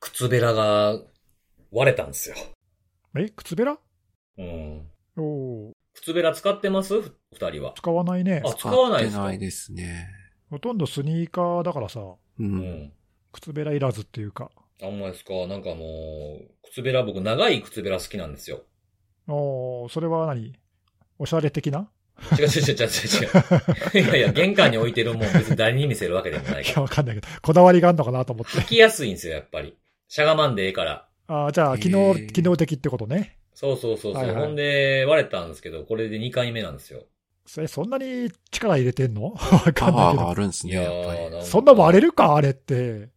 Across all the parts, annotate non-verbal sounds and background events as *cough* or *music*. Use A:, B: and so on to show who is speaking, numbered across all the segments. A: 靴べらが割れたんですよ。
B: え、靴べら
A: うん。
B: おお
A: 靴べら使ってますふ二人は
B: ー、。使わないね。
A: あ、使わないです
C: 使って
A: か
C: ないですね。
B: ほとんどスニーカーだからさ、
C: う。
A: うんん。
B: 靴べらいらずっていうか。
A: あんまですかなんかもう、靴べら、僕長い靴べら好きなんですよ。
B: おー、それは何おしゃれ的な
A: 違う違う違う違う違う。いやいや、玄関に置いてるもん別に誰に見せるわけでもないい
B: や、
A: か
B: わかんないけど、こだわりがあるのかなと思っ
A: ら。
B: て
A: 履。きやすいんですよ、やっぱり。しゃがまんでええから。
B: あーじゃあ、機
C: へ
B: 能、
C: ー
B: 機能的ってことね。
A: そうそうそうそう、
B: はいはい
A: ほんで、割れたんですけど、これで2回目なんですよ。
B: それ、そんなに力入れてんの *laughs* わか
C: パ
B: んな
C: ワ
B: い
C: ー
B: け
C: があ
B: ど。
C: るんです
A: い
C: ね、やっぱり。
A: ー
B: そんな割
A: れ
B: れるかあれって。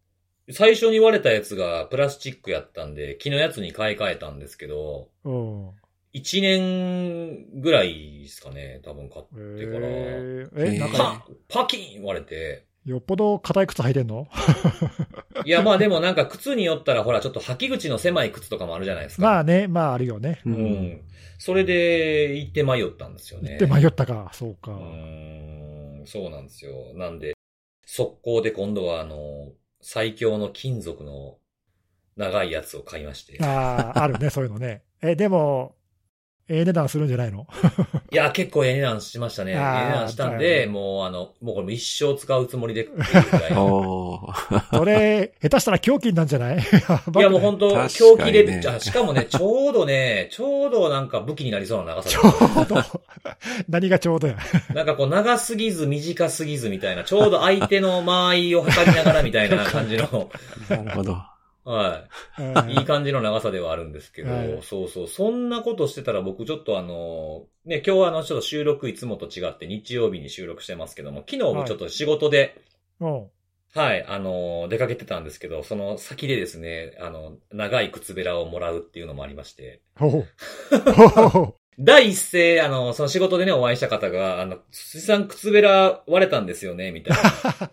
A: 最初に割れたやつがプラスチックやったんで、木のやつに買い替えたんですけど、
B: うん。
A: 1年ぐらいですかね、多分買っ
B: え
A: てから。
B: ー、
C: え
B: え、
C: ー
B: なんか、
A: パパキン割れて。
B: よっぽど硬い靴履いてんの
A: いや、まあでもなんか靴によったら、ほら、ちょっと履き口の狭い靴とかもあるじゃないですか。
B: まあね、まああるよね。
C: う。
A: うんん。それで、行って迷ったんですよね。
B: 行って迷ったか、そうか。
A: うーん、そうなんですよ。なんで、速攻で今度は、あの、最強の金属の長いやつを買いまして。*laughs*
B: ああ、あるね、そういうのね。え、でも、ええ値段するんじゃな
A: *laughs*
B: いの
A: いや、結構ええ値段しましたね。ええ
B: あー
A: 値段したん
B: だ
A: で、
B: よね
A: もう、あの、もうこれも一生使うつもりでっていうぐらいの。
C: おー
B: それ、下手したら狂気になんじゃない *laughs* い
A: いや、もう本当、
C: 確か
A: 狂
C: にね
A: 気で、あしかもね、 *laughs* ちょうどね、ちょうどなんか武器になりそうな長
B: ち
A: さ
B: ょうど、 *laughs* 何がちょうどや。
A: だなんかこう、長すぎず短すぎずみたいな、ちょうど相手の間合いを測りながらみたいな感じの、
C: *laughs* なるほど。
A: はい。
B: う
A: *laughs*
B: ん
A: いい感じの長さではあるんですけど、
B: はい
A: そうそう、そんなことしてたら僕ちょっとあの、ね、今日はあの、ちょっと収録いつもと違って日曜日に収録してますけども、昨日もちょっと仕事で、
B: うん
A: はい、あの、出かけてたんですけど、その先でですね、あの、長い靴べらをもらうっていうのもありまして、
B: ほうほ
A: *laughs*
B: う。ほうほう *laughs*
A: 第一声、あの、その仕事でね、お会いした方が、あの、辻さん靴べら割れたんですよね、みたい
B: *laughs*
A: な。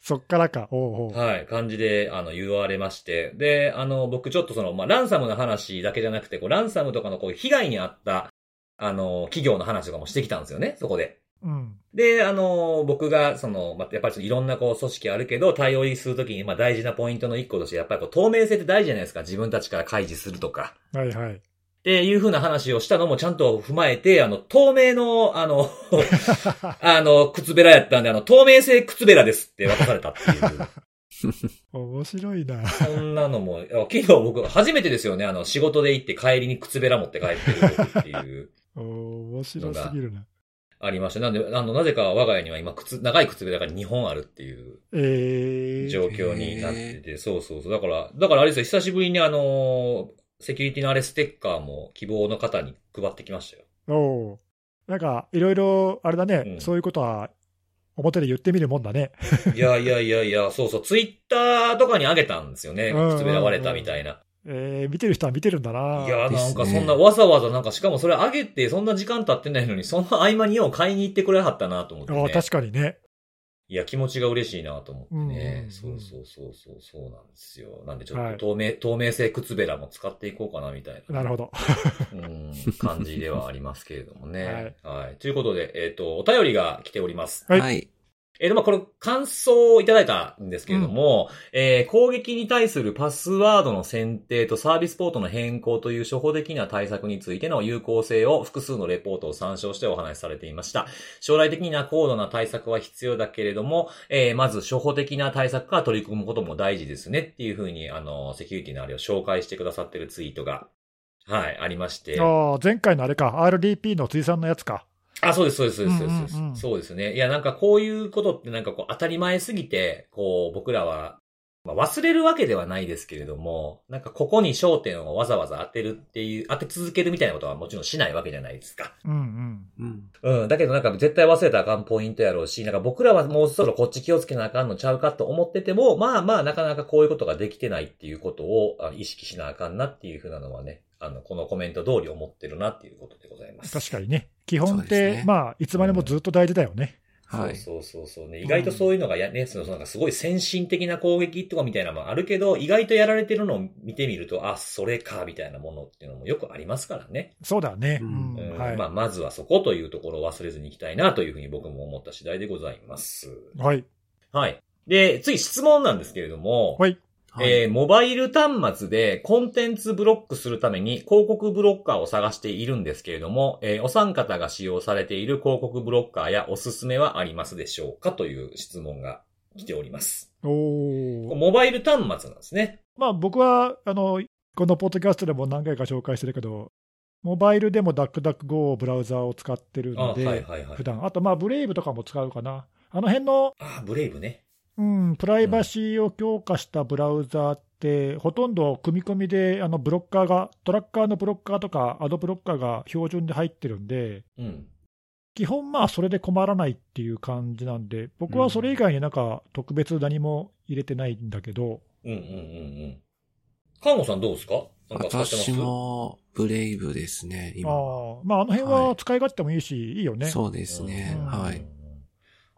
B: そっからか。おうおう。
A: はい、感じで、あの、言われまして。で、あの、僕ちょっとその、まあ、ランサムの話だけじゃなくて、こう、ランサムとかのこう、被害に遭った、あの、企業の話とかもしてきたんですよね、そこで。
B: うん。
A: で、あの、僕が、その、まあ、やっぱりちょっといろんなこう、組織あるけど、対応するときに、まあ、大事なポイントの一個として、やっぱりこう、透明性って大事じゃないですか。自分たちから開示するとか。
B: はいはい。 *laughs*
A: っていう風な話をしたのもちゃんと踏まえて、あの、透明の、あの、あの、靴べらやったんで、あの、透明性靴べらですって渡されたっていう。
B: 面白いな。
A: そんなのも、いや昨日僕、初めてですよね。あの、仕事で行って帰りに靴べら持って帰ってるっていう、
B: お面白すぎるな。
A: ありました。なんで、あの、なぜか我が家には今、靴、長い靴べらが2本あるっていう
B: ええ
A: 状況になってて、そうそうそう。だから、だからあれですよ、久しぶりにあの、セキュリティのあれステッカーも希望の方に配ってきましたよ。
B: おうなんか、いろいろ、あれだね、
A: うん
B: そういうことは、表で言ってみるもんだね。
A: いやいやいやいや、そうそう、ツイッターとかにあげたんですよね。
B: うんうんうん
A: 靴べら割れたみたいな。
B: えー、見てる人は見てるんだな。
A: いや、
C: で
A: なん
C: すね
A: かそんな、わざわざなんか、しかもそれあげて、そんな時間経ってないのに、その合間によう買いに行ってくれはったなと思って、
B: あ
A: ね。
B: ー確かにね。
A: いや、気持ちが嬉しいなと思ってね。
B: うんうんうん
A: そうそうそうそう、そうなんですよ。なんでちょっ
B: はい
A: と透明、透明性靴べらも使っていこうかなみたいな、
B: なるほど。
A: うん、感じではありますけれども
B: *laughs*
A: ね。はい、ということで、えっ、と、お便りが来ております。
B: はい
C: い。
A: えーと、まあ、これ、感想をいただいたんですけれども、えー攻撃に対するパスワードの選定とサービスポートの変更という初歩的な対策についての有効性を複数のレポートを参照してお話しされていました。将来的な高度な対策は必要だけれども、えーまず初歩的な対策から取り組むことも大事ですねっていうふうに、あの、セキュリティのあれを紹介してくださってるツイートが、はい、ありまして。
B: ああ、前回のあれか、RDP の辻さんのやつか。
A: あ、そうです、そうです、そうです、そうです。
B: うんうんうん
A: そうですね。いや、なんかこういうことってなんかこう当たり前すぎて、こう僕らは、まあ、忘れるわけではないですけれども、なんかここに焦点をわざわざ当てるっていう、当て続けるみたいなことはもちろんしないわけじゃないですか。
B: うんうん。
C: うん。
A: うん。だけどなんか絶対忘れたらあかんポイントやろうし、なんか僕らはもうそろこっち気をつけなあかんのちゃうかと思ってても、まあまあなかなかこういうことができてないっていうことをあ意識しなあかんなっていうふうなのはね、あの、このコメント通り思ってるなっていうことでございます。
B: 確かにね。基本っ
C: そう
B: て、
C: ですね
B: まあ、いつまでもずっと大事だよね。
C: はい。
A: そうそうそうそうね。意外とそういうのがや、ね、その、なんかすごい先進的な攻撃とかみたいなのもあるけど、意外とやられてるのを見てみると、あ、それか、みたいなものっていうのもよくありますからね。
B: そうだね。う
C: うん
B: ん
A: うん
B: はい
A: まあ、まずはそこというところを忘れずにいきたいなというふうに僕も思った次第でございます。
B: はい。
A: はい。で、次質問なんですけれども、
B: はい。はい
A: えーモバイル端末でコンテンツブロックするために広告ブロッカーを探しているんですけれども、えーお三方が使用されている広告ブロッカーやおすすめはありますでしょうかという質問が来ております。
B: おー
A: モバイル端末なんですね。
B: まあ僕は、あの、このポッドキャストでも何回か紹介してるけど、モバイルでも DuckDuckGo をブラウザーを使ってる
A: あ、
B: の
A: はいはい
B: で、
A: はい。
B: 普段。あと、まあ、ブレイブとかも使うかな。あの辺の、
A: あ、ブレイブね。
B: うん、プライバシーを強化したブラウザーって、ほとんど組み込みで、あの、ブロッカーが、トラッカーのブロッカーとか、アドブロッカーが標準で入ってるんで、
A: うん。
B: 基本まあ、それで困らないっていう感じなんで、僕はそれ以外になんか、特別何も入れてないんだけど、
A: うんうんうんうん。看護さんどうですかなんか使ってます
C: 私もブレイブですね、
B: あ
C: 今。
B: ーまあ、あの辺は使い勝手もいいし、いいよね。
C: そうですね、
B: うん
C: はい。。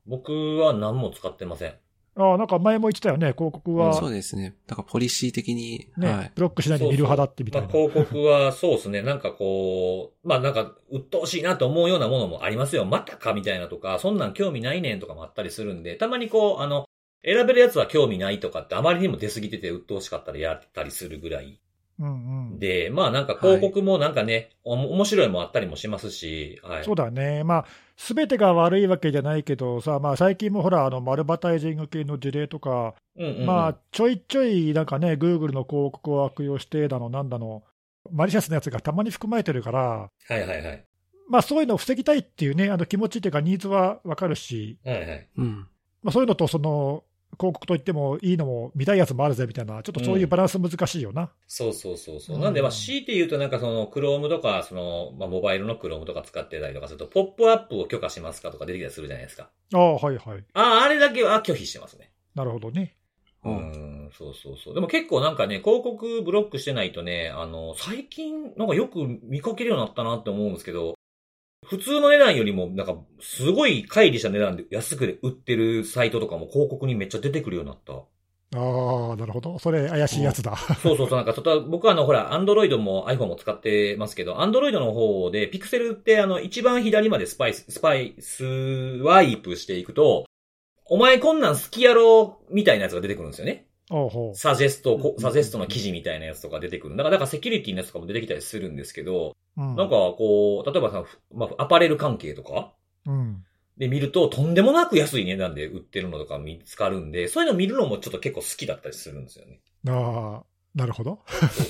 A: 僕は何も使ってません。
B: ああ、なんか前も言ってたよね、広告は
C: そうですね。だからポリシー的に、
B: ね、
C: はい。
B: ブロックしないで見る派だってみた
A: ま
B: い
A: あ、
B: な。
A: 広告はそうですね。なんかこう、まあなんか、鬱陶しいなと思うようなものもありますよ。またかみたいなとか、そんなん興味ないねんとかもあったりするんで、たまにこう、あの、選べるやつは興味ないとかってあまりにも出過ぎてて鬱陶しかったらやったりするぐらい。
B: うんうん、
A: で、まあなんか広告もなんかね、おも面白いもあったりもしますし、はい。
B: そうだね、まあ、すべてが悪いわけじゃないけどさ、まあ、最近もほら、あのマルバタイジング系の事例とか、
A: うんうんうん、
B: まあ、ちょいちょいなんかね、グーグルの広告を悪用してだの、なんだの、マリシャスなやつがたまに含まれてるから、
A: はいはいはい。
B: まあ、そういうのを防ぎたいっていうね、あの気持ちっていうか、ニーズはわかるし、
A: はいはい。
C: うん。
B: まあ、そういうのとその広告といってもいいのも、見たいやつもあるぜみたいな、ちょっとそういうバランス難しいよな。
A: そうそうそうそう。
B: うん
A: なんで、まあ、強いて言うと、なんかその、Chrome とか、その、まあ、モバイルの Chrome とか使ってたりとかすると、ポップアップを許可しますかとか出てきたりするじゃないですか。
B: ああ、はいはい、
A: ああ、あれだけは拒否してますね。
B: なるほどね。
A: う
C: お
A: ん、そうそうそう。でも結構なんかね、広告ブロックしてないとね、あの、最近、なんかよく見かけるようになったなって思うんですけど、普通の値段よりも、なんか、すごい乖離した値段で安くで売ってるサイトとかも広告にめっちゃ出てくるようになった。
B: ああ、なるほど。それ、怪しいやつだ。
A: そうそうそう、なんか、ちょっと僕はあの、ほら、アンドロイドも iPhone も使ってますけど、アンドロイドの方で、ピクセルってあの、一番左までスパイス、スパイスワイプしていくと、お前こんなん好きやろみたいなやつが出てくるんですよね。
B: *laughs* おうほう
A: サジェスト、こ
C: うん
A: サジェストの記事みたいなやつとか出てくる。だから、だからセキュリティのやつとかも出てきたりするんですけど、
B: うん
A: なんかこう、例えばさ、ふまあ、アパレル関係とか
B: うん、
A: で見ると、とんでもなく安い値段で売ってるのとか見つかるんで、そういうの見るのもちょっと結構好きだったりするんですよね。
B: ああ、なるほど。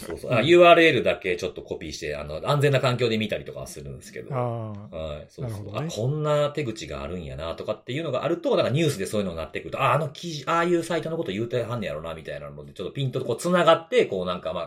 A: そうそうあ URL だけちょっとコピーして、あの、安全な環境で見たりとかはするんですけど。は
B: ああ、
A: い。そう
B: な
A: そ
B: る
A: う、
B: ほど
A: あ、
B: ね
A: こんな手口があるんやな、とかっていうのがあると、なんかニュースでそういうのになってくると、あ、あの記事、ああいうサイトのこと言うてはんねやろな、みたいなので、ちょっとピンとこう繋がって、こうなんかまあ、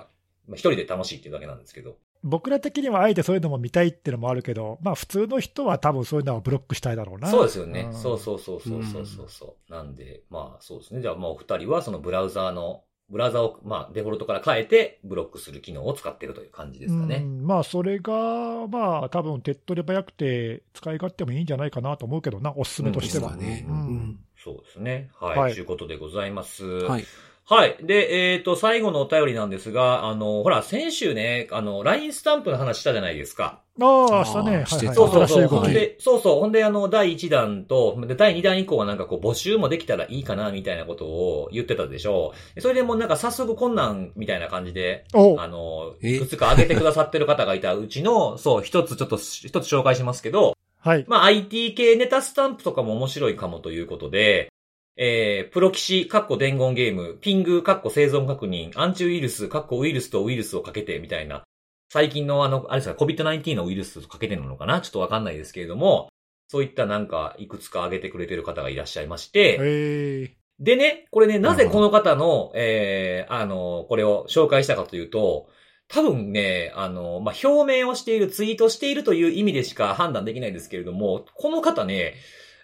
A: まあ一人で楽しいっていうだけなんですけど。
B: 僕ら的にはあえてそういうのも見たいっていうのもあるけど、まあ普通の人は多分そういうのはブロックしたいだろうな。
A: そうですよね。
B: ん
A: そうそうそうそうそうそうそう。なんで、まあそうですね。じゃあまあお二人はそのブラウザーの、ブラウザーを、まあデフォルトから変えて、ブロックする機能を使ってるという感じですかね。
B: うんまあそれが、まあ多分手っ取り早くて、使い勝手もいいんじゃないかなと思うけどな、おすすめとして
C: う
B: は。
C: んですかね
B: うん
A: そうですね。はい。
B: はい
A: ということでございます。
C: うん
A: は。
C: はいい。
A: で、えっ、と、最後のお便りなんですが、あの、ほら、先週ね、あの、LINE スタンプの話したじゃないですか。
B: ああ、したね。はい
C: あーして
B: は
C: た
B: い。
A: そうそう
B: 新しい
A: そう。
B: 動
A: ほん
B: き。
A: で、そうそう。ほんで、あの、第1弾と、で第2弾以降はなんかこう、募集もできたらいいかな、みたいなことを言ってたでしょう。それでもうなんか早速こんなん、みたいな感じで、
B: お
A: あの、
C: え
A: いくつか挙げてくださってる方がいたうちの、そう、一つちょっと、一つ紹介しますけど、
B: はい。
A: まあ、IT 系ネタスタンプとかも面白いかもということで、えー、プロ騎士、カッコ伝言ゲーム、ピング、カッコ生存確認、アンチウイルス、カッコウイルスとウイルスをかけて、みたいな。最近のあの、あれですか、COVID-19 のウイルスとかけてるのかなちょっとわかんないですけれども、そういったなんか、いくつか挙げてくれてる方がいらっしゃいまして、
B: え
A: でね、これね、なぜ
C: なる
A: こ
C: ほ
A: の方の、えー、あの、これを紹介したかというと、多分ね、あの、まあ、表明をしている、ツイートしているという意味でしか判断できないですけれども、この方ね、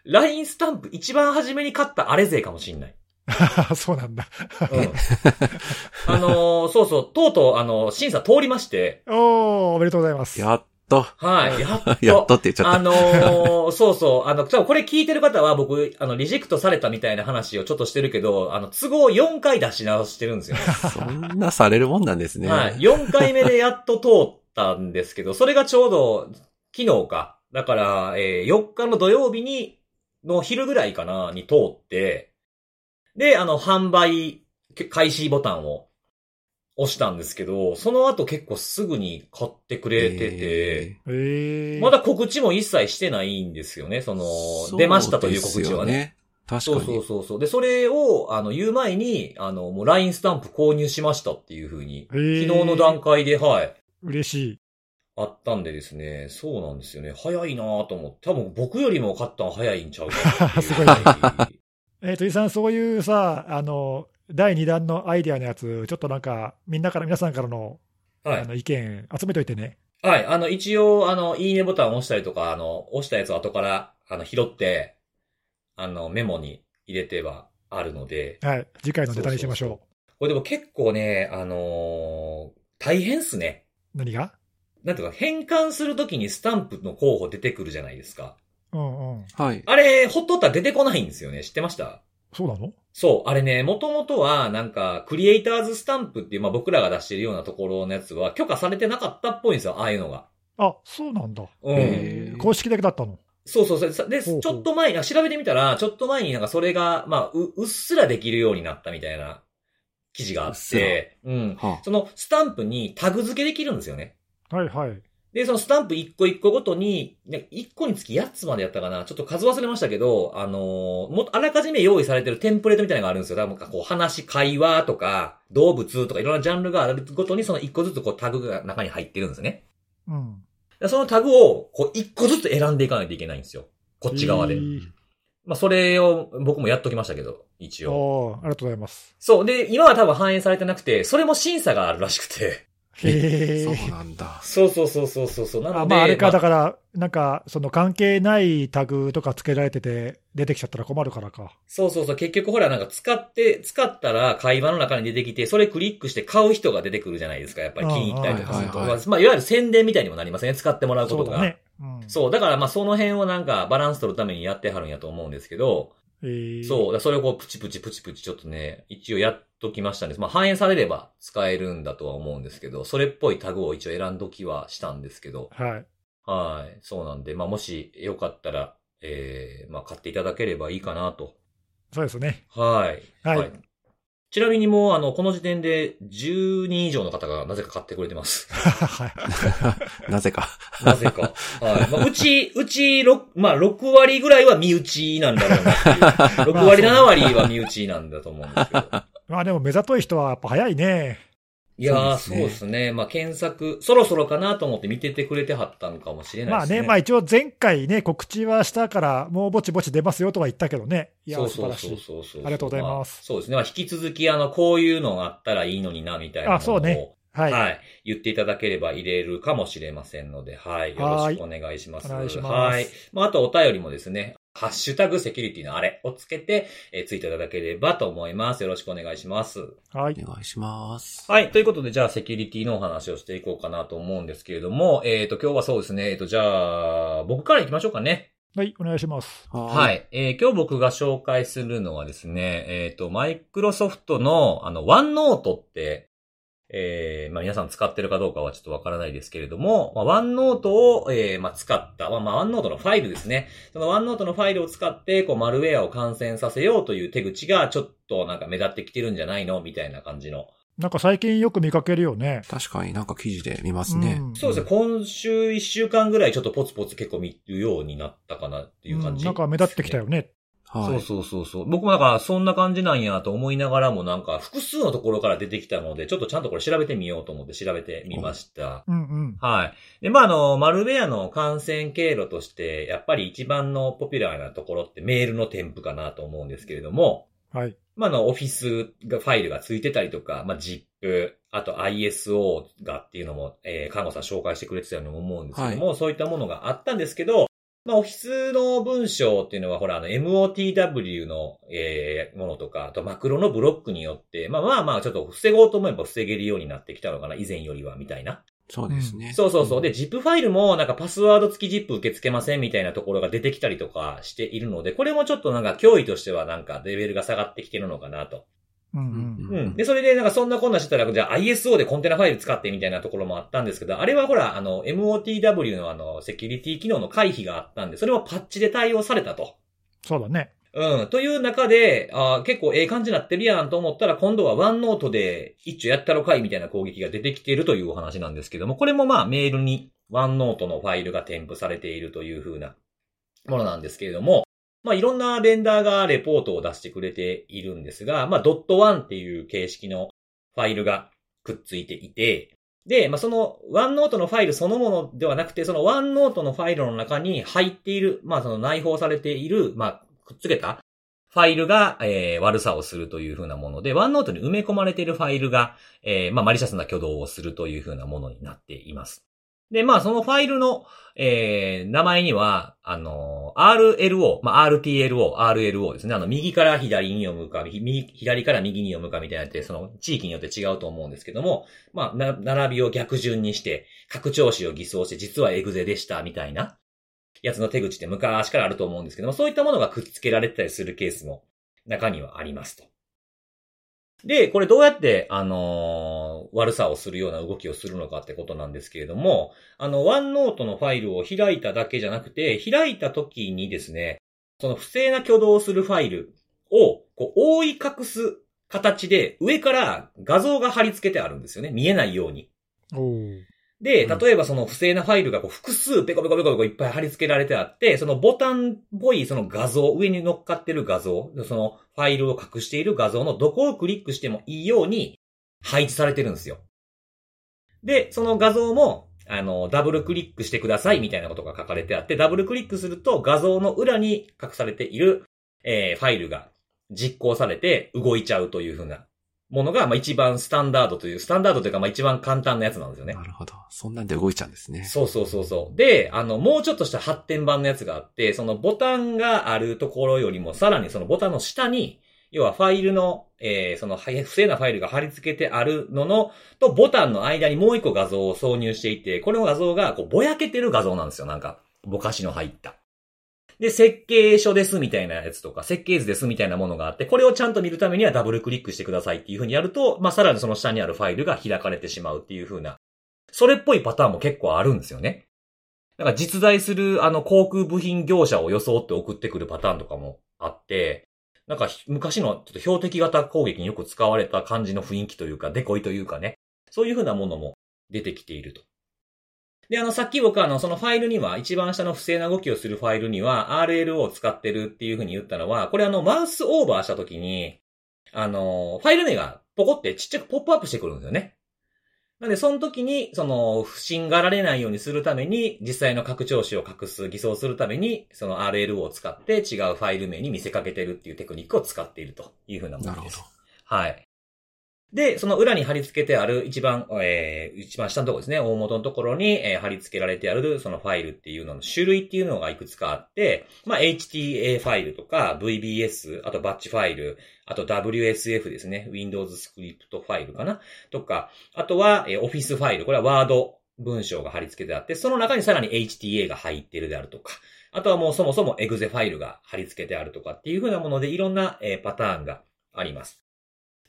A: LINE スタンプ一番初めに買ったあれ勢かもしん
C: *laughs*
A: ない。
B: ー、 *laughs* そうなんだ。
A: うん、あの、そうそう、とうとう、あの、審査通りまして、
B: おおおめでとうございます。
C: やっと、 *laughs*
A: はい、やっと。
C: やっとって言っちゃ
A: あ
C: っ
A: のーそうそう、あの、多分これ聞いてる方は僕、あの、リジェクトされたみたいな話をちょっとしてるけど、あの、都合4回出し直してるんですよね。
C: た。そんなされるもんなんですね。
A: はい。4回目でやっと通ったんですけど、それがちょうど昨日か。だから、えー4日の土曜日に、の昼ぐらいかな、に通って、で、あの、販売け開始ボタンを押したんですけど、その後結構すぐに買ってくれてて、
B: えー、
A: まだ告知も一切してないんですよね、その、出ましたという告知はね。
C: 確か
A: そう
C: に。
A: そうそうそう。で、それを、あの、言う前に、あの、もう LINE スタンプ購入しましたっていう風に、
B: えー
A: 昨日の段階で、はい、
B: 嬉しい。
A: あったんでですね、そうなんですよね。早いなぁと思って、多分僕よりも買ったん早いんちゃうかっていう。
B: *laughs* すごい
A: *laughs*
B: ねえっ、と、伊さん、そういうさ、あの、第2弾のアイディアのやつ、ちょっとなんか、みんなから、皆さんからの,、
A: は
B: あ
A: い。
B: の意見、集めといてね。
A: はい。あの、一応、あの、いいねボタンを押したりとか、あの、押したやつを後から、あの、拾って、あの、メモに入れてはあるので、
B: はい、次回のネタにしましょう。
A: そうこれでも結構ね、あのー大変っすね。
B: 何が
A: なんていうか、変換するときにスタンプの候補出てくるじゃないですか。
B: うんうん。
C: はい。
A: あれ、ほっとったら出てこないんですよね。知ってました
B: そうなの
A: そう、あれね、もともとは、なんか、クリエイターズスタンプっていう、まあ僕らが出してるようなところのやつは、許可されてなかったっぽいんですよ、ああいうのが。
B: あ、そうなんだ。
A: うん。
C: へー
B: 公式だけだったの。
A: そうそうそう。さで、
B: ほうほう
A: ちょっと前に、あ調べてみたら、ちょっと前になんかそれが、まあ、う、うっすらできるようになったみたいな記事があ
C: う
A: っ
C: っすら
A: て、うん。
C: は
A: そのスタンプにタグ付けできるんですよね。
B: はいはい。
A: で、そのスタンプ1個1個ごとに、ね、1個につき8つまでやったかな。ちょっと数忘れましたけど、あのーも、あらかじめ用意されてるテンプレートみたいなのがあるんですよ。だからなんかこう話、会話とか、動物とかいろんなジャンルがあるごとに、その1個ずつこうタグが中に入ってるんですね。
B: うん。
A: でそのタグを、こう1個ずつ選んでいかないといけないんですよ。こっち側で
B: え。
C: い
B: ー。
A: まあ、それを僕もやっときましたけど、一応。
B: おーありがとうございます。
A: そう。で、今は多分反映されてなくて、それも審査があるらしくて。
B: へ
C: そう
B: え。
C: なんだ。
A: そうそうそうそうそうそう。なので、
B: あまあ、あれか、
A: ま
B: だから、なんか、その関係ないタグとかつけられてて、出てきちゃったら困るからか。
A: そうそうそう。結局ほら、なんか使って、使ったら会話の中に出てきて、それクリックして買う人が出てくるじゃないですか。やっぱり気に入ったりとかすると。
C: うんうんはいはい
A: まあ、いわゆる宣伝みたいにもなりますね。使ってもらうこ
B: そ
A: と
B: う
A: が。
B: だね。うん。
A: そうだからまあその辺をなんかバランス取るためにやってはるんやと思うんですけど、
B: えー
A: そう、だからそれをこうプチプチプチプチちょっとね、一応やっときましたんです。まあ反映されれば使えるんだとは思うんですけど、それっぽいタグを一応選んどきはしたんですけど、
B: はい。
A: はい、そうなんで、まあもしよかったら、えー、まあ買っていただければいいかなと
B: そうですね。 *laughs*
A: はい。
B: はい
A: ちなみにもう、あの、この時点で10人以上の方がなぜか買ってくれて
B: *laughs*
A: ます。
B: はい。
C: なぜか。
A: なぜか。はい。まあ、うち、うち、ろくまあ、6割ぐらいは身内なんだろうなってい
B: *laughs*
A: う。6割、7割は身内なんだと思うんですけど。
B: まあでも、目ざとい人はやっぱ早いね。
A: いやー、そ
C: そうう
A: で
C: です
A: ね。まあ、検索、そろそろかなと思って見ててくれてはったのかもしれない
B: ま
A: で
B: あ
A: すね。
B: ね、まあ一応前回ね、告知はしたから、もうぼちぼち出ますよとは言ったけどね。いや、
A: そう
B: 素
A: そ
B: 晴
A: う
B: らし
A: そう
B: い。
A: そうそう。
B: ありがとうございます
A: あそうですね。まあ、引き続き、あの、こういうのがあったらいいのにな、みたいなものを。
B: あそうねは
A: はい、
B: い。
A: 言っていただければ入れるかもしれませんので、はい。よろしくお願いします。
B: お願いします
A: はい。まあ、あとお便りもですね、ハッシュタグセキュリティのあれをつけて、えーついていただければと思います。よろしくお願いします。
B: はい。
C: お願いします。。
A: はい。ということで、じゃあ、セキュリティのお話をしていこうかなと思うんですけれども、えっ、と、今日はそうですね、えっ、と、じゃあ、僕から行きましょうかね。
B: はい、お願いします。
A: はいい。えー今日僕が紹介するのはですね、えっ、と、マイクロソフトの、あの、ワンノートって、えーまあ皆さん使ってるかどうかはちょっとわからないですけれども、まあ、ワンノートを、えーまあ使った、まあ、まあ、ワンノートのファイルですね。そのワンノートのファイルを使って、こう、マルウェアを感染させようという手口が、ちょっとなんか目立ってきてるんじゃないのみたいな感じの。
B: なんか最近よく見かけるよね。
C: 確かになんか記事で見ますね。
B: ん
A: そうですね、今週一週間ぐらいちょっとポツポツ結構見るようになったかなっていう感じ、
B: んなんか目立ってきたよね。
C: はい。
A: そうそうそうそう。僕もなんか、そんな感じなんやと思いながらも、なんか、複数のところから出てきたので、ちょっとちゃんとこれ調べてみようと思って調べてみました。
B: うんうん。
A: はい。で、まあ、あの、マルウェアの感染経路として、やっぱり一番のポピュラーなところってメールの添付かなと思うんですけれども、
B: はい。
A: まあ、あの、オフィスが、ファイルがついてたりとか、まあ、ZIP、あと ISO がっていうのも、えー、看護さん紹介してくれてたように思うんですけども、そういったものがあったんですけど、まあ、オフィスの文章っていうのは、ほら、あの、MOTW の、えー、ものとか、あと、マクロのブロックによって、まあまあまあ、ちょっと防ごうと思えば防げるようになってきたのかな、以前よりは、みたいな。
C: そうですね。
A: そうそうそう。で、ZIP ファイルもなんかパスワード付き ZIP 受け付けませんみたいなところが出てきたりとかしているので、これもちょっとなんか脅威としてはなんかレベルが下がってきてるのかなと。
B: うん
C: う
B: うん。
C: ん
A: う。
C: うんん。
A: で、それでなんかそんなこんなしてたら、じゃあ ISO でコンテナファイル使ってみたいなところもあったんですけど、あれはほら、あの、MOTW のあの、セキュリティ機能の回避があったんで、それもパッチで対応されたと。
B: そうだね。
A: うん。という中で、あー結構ええ感じになってるやんと思ったら、今度はワンノートで一丁やったろかいみたいな攻撃が出てきているというお話なんですけども、これもまあメールにワンノートのファイルが添付されているというふうなものなんですけれども、まあいろんなレンダーがレポートを出してくれているんですが、まあドットワンっていう形式のファイルがくっついていて、で、まあ、その、ワンノートのファイルそのものではなくて、そのワンノートのファイルの中に入っている、まあ、その内包されている、まあ、くっつけたファイルが、えー悪さをするというふうなもので、ワンノートに埋め込まれているファイルが、えーまあ、マリシャスな挙動をするというふうなものになっています。で、まあ、そのファイルの、えー名前には、あのー RLO、まあ、RTLO、RLO ですね。あの、右から左に読むか、右右左から右に読むかみたいなのって、その地域によって違うと思うんですけども、まあ、な並びを逆順にして、拡張子を偽装して、実はエグゼでした、みたいな、やつの手口って昔からあると思うんですけども、そういったものがくっつけられてたりするケースも中にはありますと。で、これどうやって、あのー悪さをするような動きをするのかってことなんですけれども、あの、ワンノートのファイルを開いただけじゃなくて、開いた時にですね、その不正な挙動をするファイルを、こう、覆い隠す形で、上から画像が貼り付けてあるんですよね。見えないように。
B: おー
A: で、
C: うん
A: 例えばその不正なファイルがこう複数ペコペコペコペコいっぱい貼り付けられてあって、そのボタンっぽいその画像、上に乗っかってる画像、そのファイルを隠している画像のどこをクリックしてもいいように配置されてるんですよ。で、その画像も、あの、ダブルクリックしてくださいみたいなことが書かれてあって、ダブルクリックすると画像の裏に隠されている、えーファイルが実行されて動いちゃうというふうなものが、まあ一番スタンダードという、スタンダードというかまあ一番簡単なやつなんですよね
C: な。るほど。そんなんで動いちゃうんですね。
A: そうそうそうそう。で、あの、もうちょっとした発展版のやつがあって、そのボタンがあるところよりも、さらにそのボタンの下に、要はファイルの、えー、その、はい不正なファイルが貼り付けてあるのの、とボタンの間にもう一個画像を挿入していて、この画像が、こう、ぼやけてる画像なんですよ。なんか、ぼかしの入った。で、設計書ですみたいなやつとか、設計図ですみたいなものがあって、これをちゃんと見るためにはダブルクリックしてくださいっていう風にやると、まあ、さらにその下にあるファイルが開かれてしまうっていう風なそれっぽいパターンも結構あるんですよね。なんか実在するあの航空部品業者を装って送ってくるパターンとかもあって、なんかひ昔のちょっと標的型攻撃によく使われた感じの雰囲気というか、デコイというかね、そういう風なものも出てきていると。で、あの、さっき僕あの、そのファイルには、一番下の不正な動きをするファイルには、RLO を使ってるっていう風に言ったのは、これあの、マウスオーバーした時に、あの、ファイル名がポコってちっちゃくポップアップしてくるんですよね。なんで、その時に、その、不審がられないようにするために、実際の拡張子を隠す、偽装するために、その RL を使って違うファイル名に見せかけてるっていうテクニックを使っているというふうなも
C: な
A: の
C: るほ
A: で
C: ど
A: す。。はい。で、その裏に貼り付けてある一番、えー、一番下のところですね、大元のところに、えー貼り付けられてあるそのファイルっていうのの種類っていうのがいくつかあって、まあ、HTA ファイルとか VBS、あとバッチファイル、あと WSF ですね、Windows スクリプトファイルかな、とか、あとは、えー、Office ファイル、これは Word 文章が貼り付けてあって、その中にさらに HTA が入ってるであるとか、あとはもうそもそも Exe ファイルが貼り付けてあるとかっていうふうなもので、いろんな、えーパターンがあります。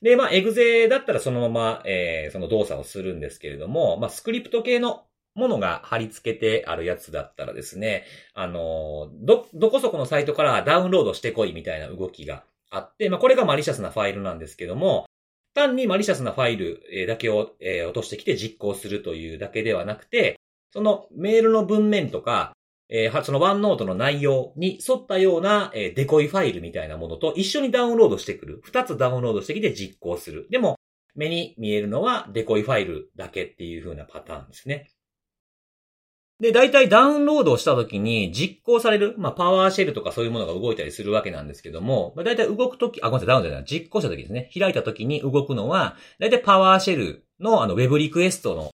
A: で、まあ、エグゼだったらそのまま、えーその動作をするんですけれども、まあ、スクリプト系のものが貼り付けてあるやつだったらですね、あのーど、どこそこのサイトからダウンロードしてこいみたいな動きがあって、まあ、これがマリシャスなファイルなんですけども、単にマリシャスなファイルえーだけをえー落としてきて実行するというだけではなくて、そのメールの文面とか、えーはそのワンノートの内容に沿ったような、えーデコイファイルみたいなものと一緒にダウンロードしてくる。二つダウンロードしてきて実行する。でも、目に見えるのはデコイファイルだけっていう風なパターンですね。で、大体ダウンロードをした時に実行される、まあ、パワーシェルとかそういうものが動いたりするわけなんですけども、まあ、大体動く時、あ、ごめんなさい、ダウンロードじゃない、実行した時ですね。開いた時に動くのは、大体パワーシェルのあの、ウェブリクエストの、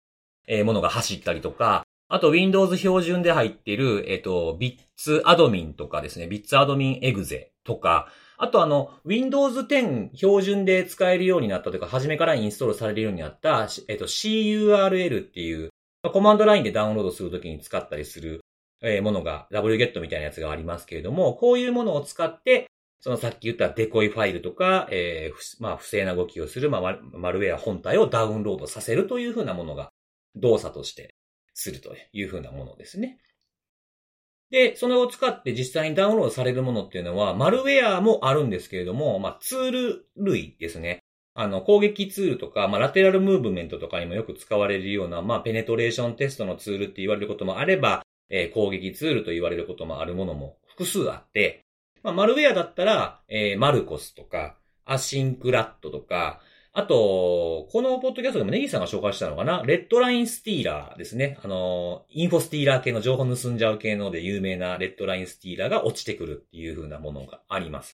A: えーものが走ったりとか、あと Windows 標準で入っている、えっ、と、Bits アドミンとかですね、Bits アドミンエグゼとか、あとあの、Windows 10標準で使えるようになったというか、初めからインストールされるようになった、しえっ、と、CURL っていう、まあコマンドラインでダウンロードするときに使ったりする、えーものが WGET みたいなやつがありますけれども、こういうものを使って、そのさっき言ったデコイファイルとか、えーふまあ、不正な動きをする、まあマル、マルウェア本体をダウンロードさせるというふうなものが動作としてするというふうなものですね。で、それを使って実際にダウンロードされるものっていうのは、マルウェアもあるんですけれども、まあ、ツール類ですね。あの、攻撃ツールとか、まあ、ラテラルムーブメントとかにもよく使われるような、まあ、ペネトレーションテストのツールって言われることもあれば、えー攻撃ツールと言われることもあるものも複数あって、まあ、マルウェアだったら、えーマルコスとか、アシンクラットとか、あと、このポッドキャストでもネギさんが紹介したのかなレッドラインスティーラーですね。あの、インフォスティーラー系の情報盗んじゃう系ので有名なレッドラインスティーラーが落ちてくるっていう風なものがあります。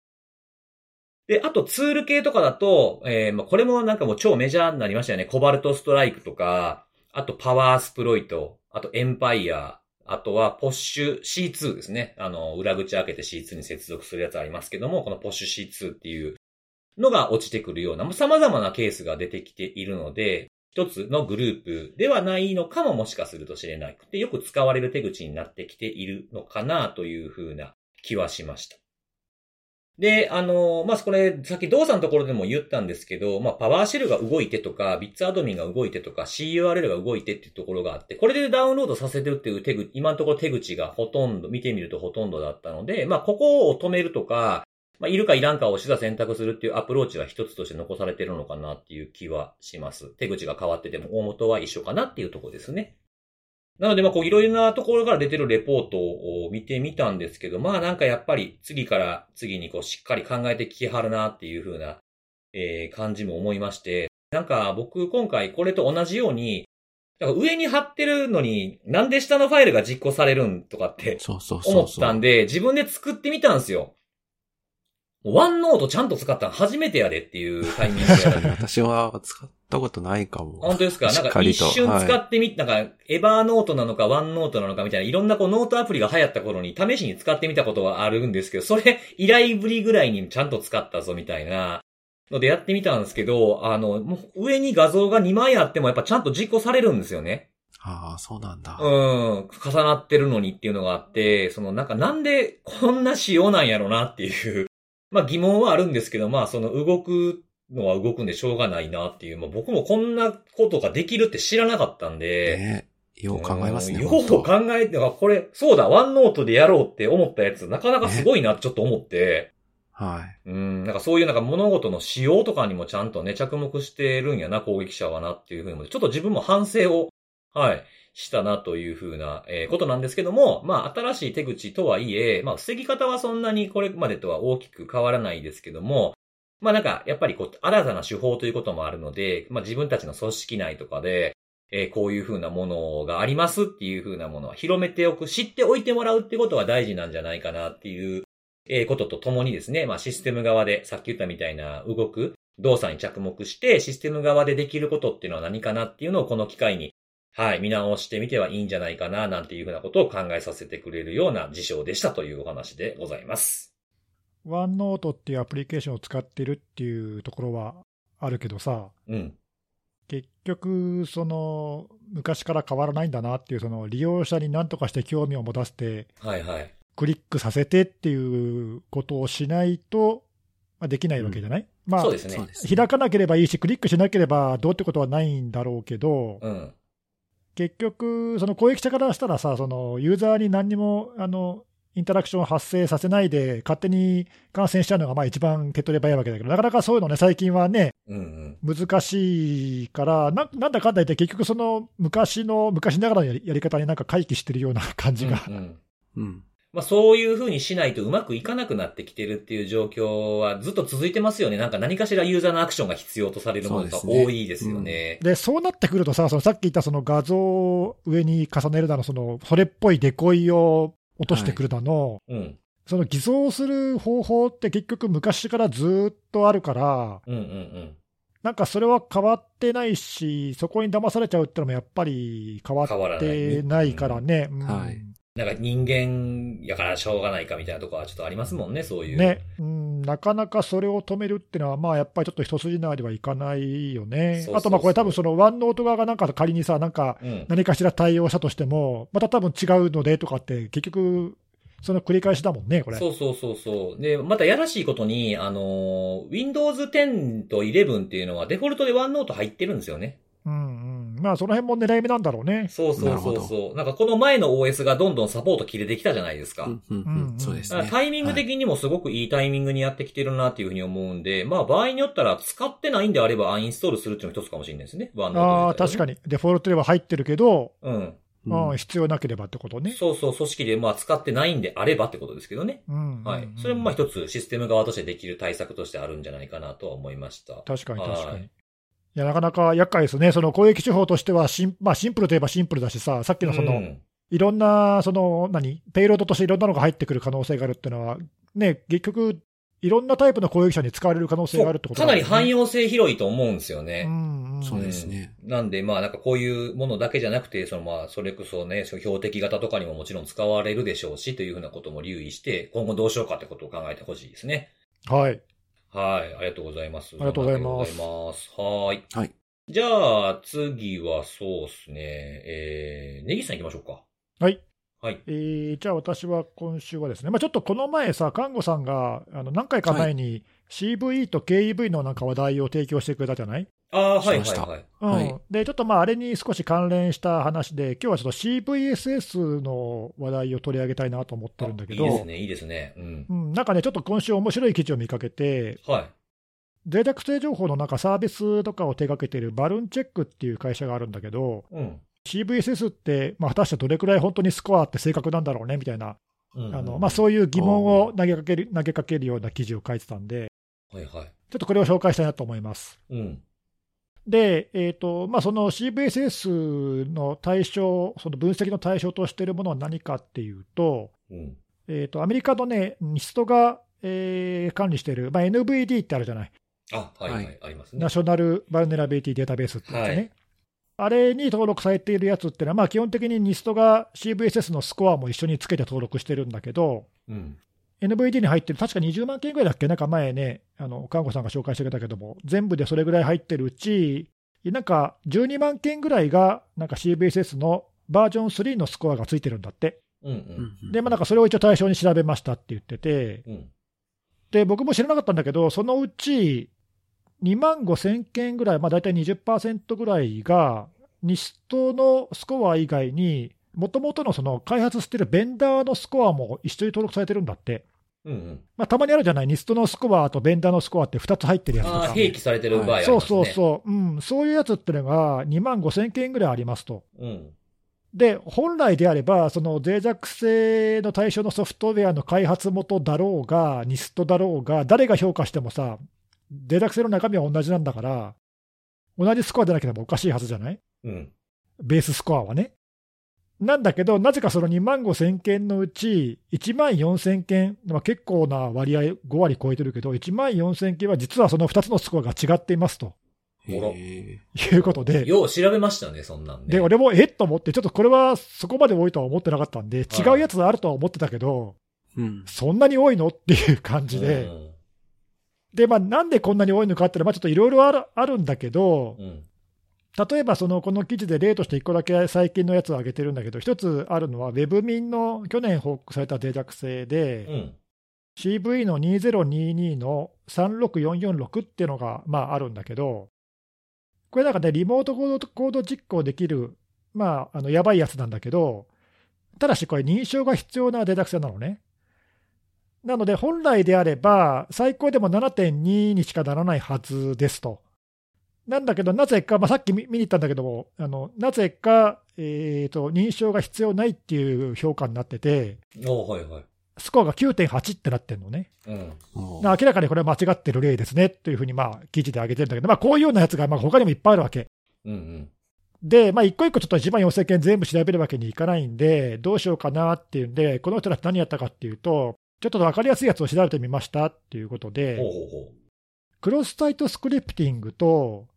A: で、あとツール系とかだと、えーまあこれもなんかもう超メジャーになりましたよね。コバルトストライクとか、あとパワースプロイト、あとエンパイア、あとはポッシュ C2 ですね。あの、裏口開けて C2 に接続するやつありますけども、このポッシュ C2 っていうのが落ちてくるような、まあ様々なケースが出てきているので、一つのグループではないのかももしかすると知れなくて、よく使われる手口になってきているのかなというふうな気はしました。で、あの、まあ、これ、さっき動作のところでも言ったんですけど、まあ、パワーシェルが動いてとか、ビッツアドミンが動いてとか、CURL が動いてっていうところがあって、これでダウンロードさせてるっていう手口、今のところ手口がほとんど、見てみるとほとんどだったので、まあ、ここを止めるとか、まあ、いるかいらんかを取材選択するっていうアプローチは一つとして残されてるのかなっていう気はします。手口が変わってても大元は一緒かなっていうところですね。なので、まあ、こう、いろいろなところから出てるレポートを見てみたんですけど、まあ、なんかやっぱり次から次にこう、しっかり考えてきはるなっていう風な、えー感じも思いまして、なんか僕今回これと同じように、なんか上に貼ってるのになんで下のファイルが実行されるんとかって
C: そうそうそ
A: 思
C: う
A: っ
C: そう。
A: たんで、自分で作ってみたんですよ。もうワンノートちゃんと使ったの初めてやでっていうタイミングで。
C: *laughs* 確かに私は使ったことないかも。
A: 本当ですかなん
C: しっ
A: か
C: かり
A: 一
C: と
A: 瞬使ってみ、なんか、エバーノートなのか、ワンノートなのかみたいな、いろんなこうノートアプリが流行った頃に試しに使ってみたことはあるんですけど、それ以来ぶりぐらいにちゃんと使ったぞみたいなのでやってみたんですけど、あの、もう上に画像が2枚あってもやっぱちゃんと実行されるんですよね。
C: ああ、そうなんだ。
A: うん、重なってるのにっていうのがあって、そのなんかなんでこんな仕様なんやろなっていう、 *laughs* まあ疑問はあるんですけど、まあその動くのは動くんでしょうがないなっていう、まあ僕もこんなことができるって知らなかったんで、
C: ねよう考えますね。
A: うんよ
C: 本
A: う
C: 当
A: 考えて、あこれ、そうだ、ワンノートでやろうって思ったやつ、なかなかすごいなってちょっと思って、
C: はい。
A: うん、なんかそういうなんか物事の仕様とかにもちゃんとね、着目してるんやな、攻撃者はなっていうふうにも、ちょっと自分も反省を、はい、したなというふうな、えーことなんですけども、まあ、新しい手口とはいえ、まあ、防ぎ方はそんなにこれまでとは大きく変わらないですけども、まあなんか、やっぱりこう、新たな手法ということもあるので、まあ自分たちの組織内とかで、えーこういうふうなものがありますっていうふうなものは広めておく、知っておいてもらうってことは大事なんじゃないかなっていう、えーこととともにですね、まあシステム側で、さっき言ったみたいな動く動作に着目して、システム側でできることっていうのは何かなっていうのをこの機会に、はい、見直してみてはいいんじゃないかな、なんていうふうなことを考えさせてくれるような事象でしたというお話でございます。
B: ワンノートっていうアプリケーションを使ってるっていうところはあるけどさ、
A: うん。
B: 結局、その昔から変わらないんだなっていう、その利用者に何とかして興味を持たせて、
A: はいはい。
B: クリックさせてっていうことをしないと、まあ、できないわけじゃない、まあ
A: そうですね
C: そうですね。
B: 開かなければいいし、クリックしなければどうってことはないんだろうけど、
A: うん。
B: 結局、その攻撃者からしたらさ、そのユーザーに何にもあのインタラクションを発生させないで、勝手に感染しちゃうのがまあ一番手っ取り早いわけだけど、なかなかそういうのね、最近はね、
A: うんうん。
B: 難しいから、ななんだかんだ言って、結局、その昔の、昔ながらのやりやり方になんか回帰してるような感じが、
A: うんうん
C: うん。
A: まあそういうふうにしないとうまくいかなくなってきてるっていう状況はずっと続いてますよね。なんか何かしらユーザーのアクションが必要とされるものが
C: そうですね
A: 多いですよね。
B: でそうなってくるとさ、そのさっき言ったその画像を上に重ねるだの、そのそれっぽいデコイを落としてくるだの、
A: うん。
B: その偽造する方法って結局昔からずっとあるから、
A: うんうんうん。
B: なんかそれは変わってないし、そこに騙されちゃうってのもやっぱり変わってないからね。うん
C: はい
A: なんか人間やからしょうがないかみたいなとこはちょっとありますもんね、そういう。
B: ね、うん、なかなかそれを止めるってのは、まあやっぱりちょっと一筋縄ではいかないよ
A: そ
B: ね。
A: うそうそう
B: あとまあこれ多分そのワンノート側がなんか仮にさ、なんか
A: うん。
B: 何かしら対応したとしても、また多分違うのでとかって結局その繰り返しだもんね、これ。
A: そうそうそうそう。で、またやらしいことに、あのー、Windows 10と11っていうのはデフォルトで OneNote 入ってるんですよね。
B: うんうんまあ、その辺も狙い目なんだろうね。
A: そうそ
C: な
A: う
C: る
A: そ
C: ほ
A: う
C: ど
A: そう。なんかこの前の OS がどんどんサポート切れてきたじゃないですか。
C: うんう
B: うん
C: ん
B: う
C: うんん。そうです
A: だから
C: ね。
A: タイミング的にもすごくいいタイミングにやってきてるなっていうふうに思うんで、まあ場合によったら使ってないんであればアンインストールするっていうのが一つかもしれないですね。ワンノート
B: ああ、確か
A: に。
B: に。デフォルトでは入ってるけど、
A: うん。
B: うん、
C: うん
B: 必要なければってことね。
A: そうそう、組織でまあ使ってないんであればってことですけどね。
B: うん。
A: はい。それもまあ一つシステム側としてできる対策としてあるんじゃないかなとは思いました。
B: 確かに
A: はい
B: 確かに。いや、なかなか厄介ですね。その攻撃手法としてはシン、まあシンプルといえばシンプルだしさ、さっきのそうの、
A: ん
B: いろんな、その、何ペイロードとしていろんなのが入ってくる可能性があるっていうのは、ね、結局、いろんなタイプの攻撃者に使われる可能性があるってこと
A: かなり汎
B: 用
A: 用性広いと思うんですよね。
B: うんうん。
C: そうですね
A: うん。なんで、まあなんかこういうものだけじゃなくて、そのまあ、それこそね、その標的型とかにももちろん使われるでしょうし、というふうなことも留意して、今後どうしようかってことを考えてほしいですね。
B: はい。
A: はい。ありがとうございます。
B: ありがとうございます
A: ありがとうございますはい。
C: はい。
A: じゃあ、次はそうですね。えー、ネギさん行きましょうか。
B: はい。
A: はい。
B: えーじゃあ私は今週はですね、まあ、ちょっとこの前さ、看護さんがあの何回か前に CVE と KEV のなんか話題を提供してくれたじゃない、
A: ああ、はい
C: しま
A: はい
C: した
A: はい。
B: うん
C: はい
B: でちょっとまああれに少し関連した話で、今日はちょっと CVSS の話題を取り上げたいなと思ってるんだけど、
A: いいですね、いいですね。うん
B: う。ん、なんかね、ちょっと今週、面白い記事を見かけて、
A: はい。
B: 脆弱性情報のなんかサービスとかを手掛けてるバルーンチェックっていう会社があるんだけど、
A: うん。
B: CVSS って、まあ、果たしてどれくらい本当にスコアって正確なんだろうねみたいな
A: うん
B: あのまあ、そういう疑問を投げかける投げかけるような記事を書いてたんで、
A: はいはい。
B: ちょっとこれを紹介したいなと思います。
A: うん。
B: で、えーとまあ、その CVSS の対象、その分析の対象としているものは何かっていうと、
A: うん。
B: えー、とアメリカのね、ニストが、えー管理している、まあ、NVD ってあるじゃない、
A: あ、はいは。
C: はい
A: ありますね
B: ナ。ショナル・バルネラビリティ・データベースってやつね。
A: はい
B: あれに登録されているやつっていうのは、まあ、基本的にニストが CVSS のスコアも一緒につけて登録してるんだけど、
A: うん。
B: NVD に入ってる、確か20万件ぐらいだっけ、なんか前ね、あの看護さんが紹介してくれたけども、全部でそれぐらい入ってるうち、なんか12万件ぐらいが、なんか CBSS のバージョン3のスコアがついてるんだって、
A: うん
C: うん
B: でまあ、なんかそれを一応対象に調べましたって言ってて、
A: うん。うん。
B: で僕も知らなかったんだけど、そのうち2万5000件ぐらい、まあ、大体20%ぐらいが、ニストのスコア以外に、もともとのその開発してるベンダーのスコアも一緒に登録されてるんだって。
A: うんうん。
B: まあ、たまにあるじゃない、ニストのスコアとベンダーのスコアって2つ入ってるやつと
A: ああ、
B: か、
A: 併記されてる場合あります
B: そ
A: ね。
B: うそうそう、うん、そういうやつってのが2万5000件ぐらいありますと。
A: うん。
B: で、本来であれば、その脆弱性の対象のソフトウェアの開発元だろうが、ニストだろうが、誰が評価してもさ、脆弱性の中身は同じなんだから、同じスコアでなければおかしいはずじゃない
A: うん。
B: ベーススコアはね。なんだけど、なぜかその2万5000件のうち、1万4000件、まあ、結構な割合、5割超えてるけど、1万4000件は実はその2つのスコアが違っていますと
A: ほら
C: へ
B: いうことで、
A: よう調べましたね、そんなんね。
B: で、俺もえっと思って、ちょっとこれはそこまで多いとは思ってなかったんで、
A: はい
B: 違うやつあるとは思ってたけど、
C: ーうん。
B: そんなに多いのっていう感じ
A: う
B: で、
A: ん
B: で、まあ、なんでこんなに多いのかっていうのは、まあちょっといろいろあるあるんだけど、
A: うん。
B: 例えばそのこの記事で例として1個だけ最近のやつを挙げてるんだけど、一つあるのは、ウェブ民の去年報告された脆弱性で、
A: うん。
B: CV の2022の36446っていうのが、まあ、あるんだけど、これなんかね、リモートコードコード実行できる、まあ、あのやばいやつなんだけど、ただしこれ、認証が必要な脆弱性なのね。なので、本来であれば、最高でも7.2にしかならないはずですと。なんだけど、なぜか、まあ、さっき見見に行ったんだけども、あのなぜか、えーと、認証が必要ないっていう評価になってて、
A: おはいはい。
B: スコアが9.8ってなってるのね。
A: うん。
C: もう
B: 明らかにこれは間違ってる例ですねというふうにまあ記事で挙げてるんだけど、まあ、こういうようなやつがまあ他にもいっぱいあるわけ。
A: うんうん。
B: で、まあ、一個一個ちょっと1万4000件全部調べるわけにいかないんで、どうしようかなっていうんで、この人たち何やったかっていうと、ちょっと分かりやすいやつを調べてみましたっていうこと
A: ほう
B: で、
A: ほうほ
B: クロスサイトスクリプティングと、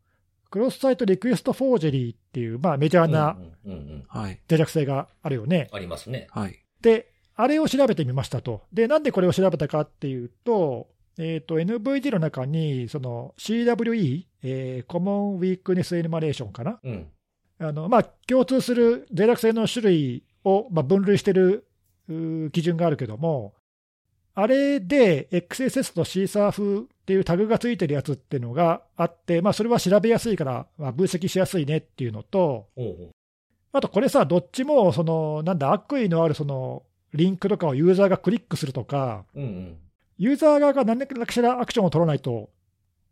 B: クロスサイトリクエストフォージェリーっていう、まあ、メジャ
A: う。
B: ーな
A: うんうんうんうん。
C: はい。
B: 脆弱性があるよね。
A: ありますね。
C: はい。
B: で、あれを調べてみましたと。で、なんでこれを調べたかっていうと、えっ、と、NVD の中に、その CWE、えー、コモンウィークネスエニマレーションかな。
A: うん。
B: あの、まあ、共通する脆弱性の種類を、まあ、分類してるうー基準があるけども、あれで XSS とシーサー風っていうタグがついてるやつっていうのがあって、まあ、それは調べやすいから、まあ、分析しやすいねっていうのと、
A: おうおう
B: あとこれさ、どっちもその、なんだ、悪意のあるそのリンクとかをユーザーがクリックするとか、
A: うんうん。
B: ユーザー側が何らかしらアクションを取らないと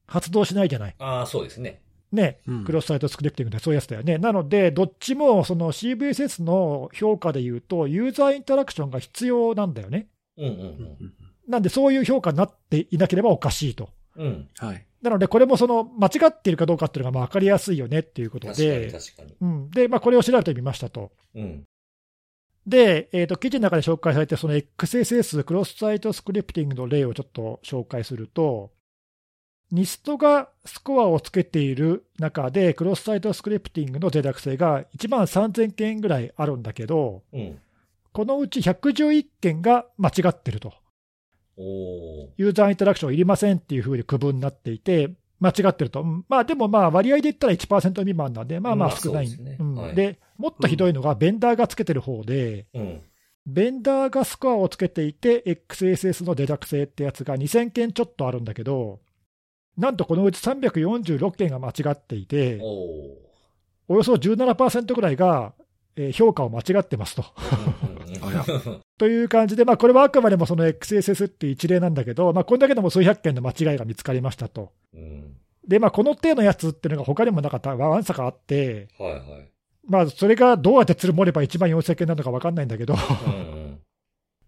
B: 発動しないじゃない。
A: ああ、そうですね。
B: ね、
C: うん
B: クロスサイトスクリプティングってそういうやつだよね。なので、どっちもその CVSS の評価でいうと、ユーザーインタラクションが必要なんだよね。
A: うんう
C: うん
A: ん
C: うん
B: なんで、そういう評価になっていなければおかしいと。
A: うん。うん。
C: はい。
B: なので、これもその間違っているかどうかっていうのがまあ分かりやすいよねっていうこと
A: 確かに
B: で、
A: 確かに。
B: うん、で、まあ、これを調べてみましたと。
A: うん。
B: で、えー、と記事の中で紹介されて、その XSS、クロスサイトスクリプティングの例をちょっと紹介すると、NIST がスコアをつけている中で、クロスサイトスクリプティングの脆弱性が1万3000件ぐらいあるんだけど、
A: うん。
B: このうち111件が間違ってると、
A: おお。
B: ユーザーインタラクションいりませんっていうふうに区分になっていて、間違ってると、うんまあ、でもまあ割合で言ったら1%未満なんで、まあまあ
A: まあ
B: 少ない、
A: そうですね
B: うん
A: はい
B: でもっとひどいのが、ベンダーがつけてる方で、
A: うん。
B: ベンダーがスコアをつけていて、XSS の脆弱性ってやつが2000件ちょっとあるんだけど、なんとこのうち346件が間違っていて
A: お、お
B: およそ17%ぐらいが、えー評価を間違ってますと。 *laughs*
A: ー。 *laughs*
C: あら
B: という感じで、まあ、これはあくまでもその XSS っていう一例なんだけど、まあ、これだけでも数百件の間違いが見つかりましたと。
A: うん。
B: で、まあ、この手のやつっていうのが他にもなかった、わんさかあって、
A: はいはい。
B: まあ、それがどうやってつるもれば1万4000件なのか分かんないんだけど、
A: うん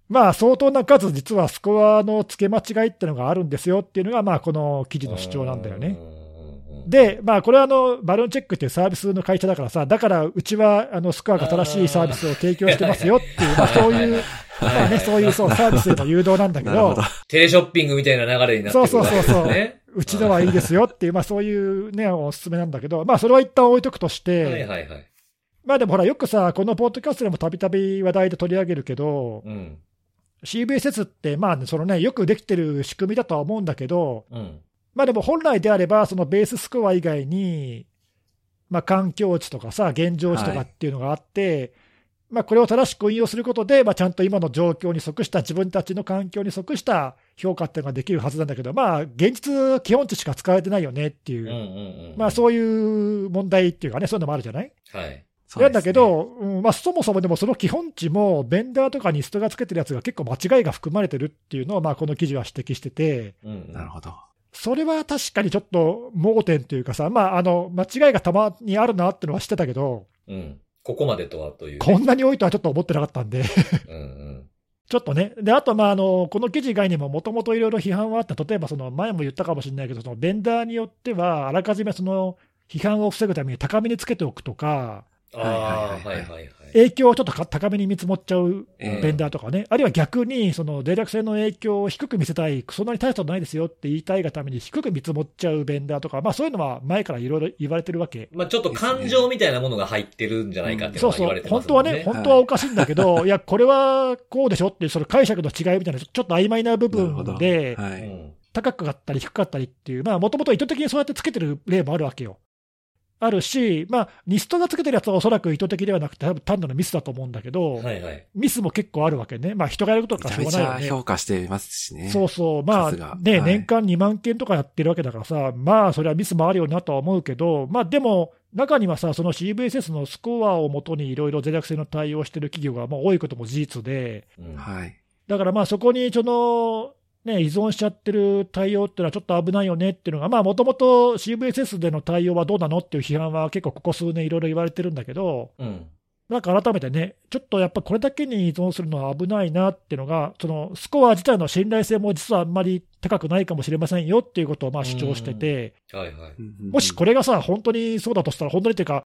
B: まあ相当な数、実はスコアの付け間違いってのがあるんですよっていうのが、まあこの記
A: う
B: 事
A: ん。
B: の主張なんだよね
A: う。んうんうん。
B: で、まあこれはあの、バルーンチェックっていうサービスの会社だからさ、だからうちはあのスコアが正しいサービスを提供してますよっていう、まあそういう、
A: はいはい
B: まあ
A: はい、
B: ね、そういうそうサービスへの誘導なんだけ
C: なるほ
B: ど
C: ど、。
A: テレショッピングみたいな流れになってくるわけですね。
B: そうそうそううちのはいいですよっていう、まあそういうね、おすすめなんだけど、まあそれは一旦置いとくとし
A: はい
B: て、
A: はいはい。
B: まあでもほら、よくさ、このポッドキャストでもたびたび話題で取り上げるけど、
A: うん。
B: CVSS って、まあそのね、よくできてる仕組みだとは思うんだけど、
A: うん。
B: まあでも本来であれば、そのベーススコア以外に、まあ、環境値とかさ、現状値とかっていうのがあって、まあこれを正しく運用することで、まあ、ちゃんと今の状況に即した、自分たちの環境に即した評価っていうのができるはずなんだけど、まあ、現実、基本値しか使われてないよねっていうう、
A: んうんうん。
B: まあそういう問題っていうかね、そういうのもあるじゃない
A: はい。
C: そうですね
B: なんだけ、ど、うんまあ、そもそもでもその基本値も、ベンダーとかニストがつけてるやつが結構間違いが含まれてるっていうのを、まあ、この記事は指摘してて。
A: うんうん。
C: なるほど。
B: それは確かにちょっと盲点というかさ、まあ、あの間違いがたまにあるなってのは知ってたけど、
A: うん。ここまでとはというね。
B: こんなに多いとはちょっと思ってなかったんで、 *laughs*
A: うんうん。
B: ちょっとね、であとまああの、この記事以外にももともといろいろ批判はあった、例えばその前も言ったかもしれないけど、そのベンダーによっては、あらかじめその批判を防ぐために高めにつけておくとか、
A: ああ、は
C: はいい
A: は
C: はい
A: は
C: い
A: い。
B: 影響をちょっとか高めに見積もっちゃう
C: ええ
B: ベンダーとかね、あるいは逆に、その脆弱性の影響を低く見せたい、そんなに大したことないですよって言いたいがために、低く見積もっちゃうベンダーとか、まあ、そういうのは前からいろいろ言われてるわけ。
A: まあちょっと感情みたいなものが入ってるんじゃないかっていう
B: そ
A: の
B: う
A: は言
B: そ
A: われ
B: う
A: て、ま
B: 本
A: す
B: 当は
A: もんね。
B: ね、本当はおかしいんだけ *laughs* ど、いや、これはこうでしょっていう、その解釈の違いみたいな、ちょちょっと曖昧な部
C: なるほど。
B: 分で、
C: は
A: う
C: い。
A: ん
B: 高かったり低かったりっていう、まあ、もともと意図的にそうやってつけてる例もあるわけよ。あるし、まあ、ニストがつけてるやつはおそらく意図的ではなくて、多分単なるミスだと思うんだけど、
A: はいはい。
B: ミスも結構あるわけね。まあ、人がやること
C: め
B: からしょ
C: ちゃ
B: う
C: め
B: が
C: ちゃ
B: ないよね。
C: 評価してますしね。
B: そうそう、まあ
C: 数が
B: ね、
C: はい
B: 年間2万件とかやってるわけだからさ、まあそれはミスもあるよなとは思うけど、まあでも、中にはさ、その CVSS のスコアをもとにいろいろ脆弱性の対応してる企業がまあ多いことも事実で、
A: うん
C: はい。
B: だからまあそこにその、ね、依存しちゃってる対応っていうのはちょっと危ないよねっていうのが、まあもともと CVSS での対応はどうなのっていう批判は結構ここ数年いろいろ言われてるんだけど、
A: うん。
B: なんか改めてね、ちょっとやっぱこれだけに依存するのは危ないなっていうのが、そのスコア自体の信頼性も実はあんまり高くないかもしれませんよっていうことをまあ主張してて、
A: はいはい。
B: も
C: も
B: しこれがさ、本当にそうだとしたら、本当にというか、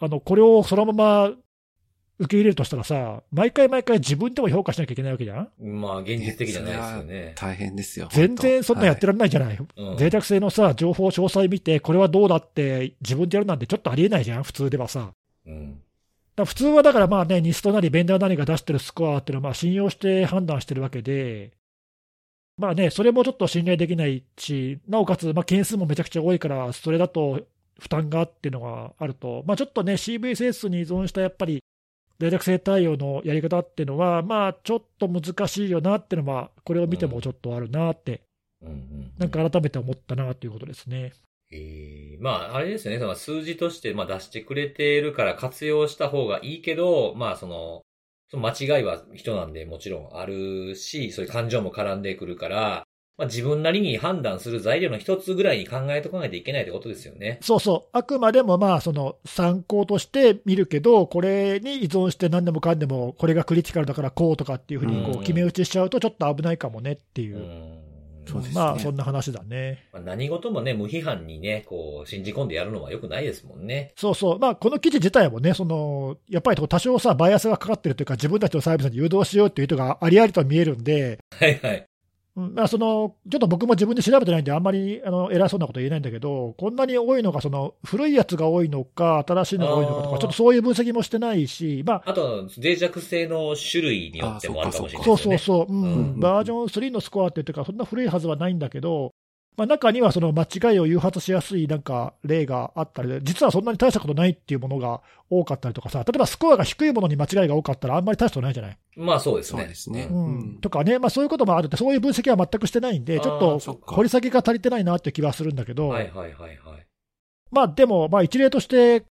B: あのこれをそのまま受け入れるとしたらさ、毎回毎回自分でも評価しなきゃいけないわけじゃん
A: まあ現実的じゃないですよね。
C: 大変ですよ。
B: 全然そんなやって
C: る。
B: られないじゃない、
A: うん
B: 脆弱性のさ、情報詳細見て、これはどうだって自分でやるなんてちょっとありえないじゃん、普通ではさ。
A: うん。
B: だから普通はだからまあね、ニストなりベンダーなりが出してるスコアっていうのはまあ信用して判断してるわけで、まあね、それもちょっと信頼できないし、なおかつまあ件数もめちゃくちゃ多いから、それだと負担がっていうのがあると、まあ、ちょっとね、CVSS に依存したやっぱり脆弱性対応のやり方っていうのは、まあ、ちょっと難しいよなっていうのは、これを見てもちょっとあるなって、
A: うんうん
B: なんか改めて思ったなということですね。
A: えーまあ、あれですよね、その数字としてまあ出してくれているから活用した方がいいけど、まあその、その間違いは人なんでもちろんあるし、そういう感情も絡んでくるから、まあ自分なりに判断する材料の一つぐらいに考えとかないといけないってことですよね。
B: そうそう、あくまでもまあ、その参考として見るけど、これに依存して何でもかんでも、これがクリティカルだからこうとかっていうふうにこ
A: うん
B: う決め打ちしちゃうと、ちょっと危ないかもねっていうう、
A: ん。
C: そうですね
B: まあ、そんな話だね。
A: まあ何事もね、無批判にね、こう、信じ込んでやるのは良くないですもんね。
B: そうそう、まあ、この記事自体もね、そのやっぱりこう多少さ、バイアスがかかってるというか、自分たちのサービスに誘導しようっていう意図がありありと見えるんで、
A: はいはい。
B: うんまあ、そのちょっと僕も自分で調べてないんで、あんまりあの偉そうなこと言えないんだけど、こんなに多いのが、その古いやつが多いのか、新しいのが多いのかと
A: あー
B: か、ちょっとそういう分析もしてないし、まあ、
A: あと、脆弱性の種類によってもあるかもしれない
B: そう
A: ですよ
B: そう
A: ね。
B: そう、うん
A: うん
B: バージョン3のスコアっていうか、そんな古いはずはないんだけど、まあ、中にはその間違いを誘発しやすいなんか例があったりで、実はそんなに大したことないっていうものが多かったりとかさ、例えばスコアが低いものに間違いが多かったら、あんまり大したことないじゃない、
A: まあそうですね。
C: そうですね
A: う
B: うんん
C: うん
B: とかね、まあ、そういうこともあるって、そういう分析は全くしてないんで、ちょっ
A: あー
B: と
C: そっか
B: 掘り下げが足りてないなっていう気はするんだけど。
A: はいはいはいはい。
B: まあでも、まあ一例として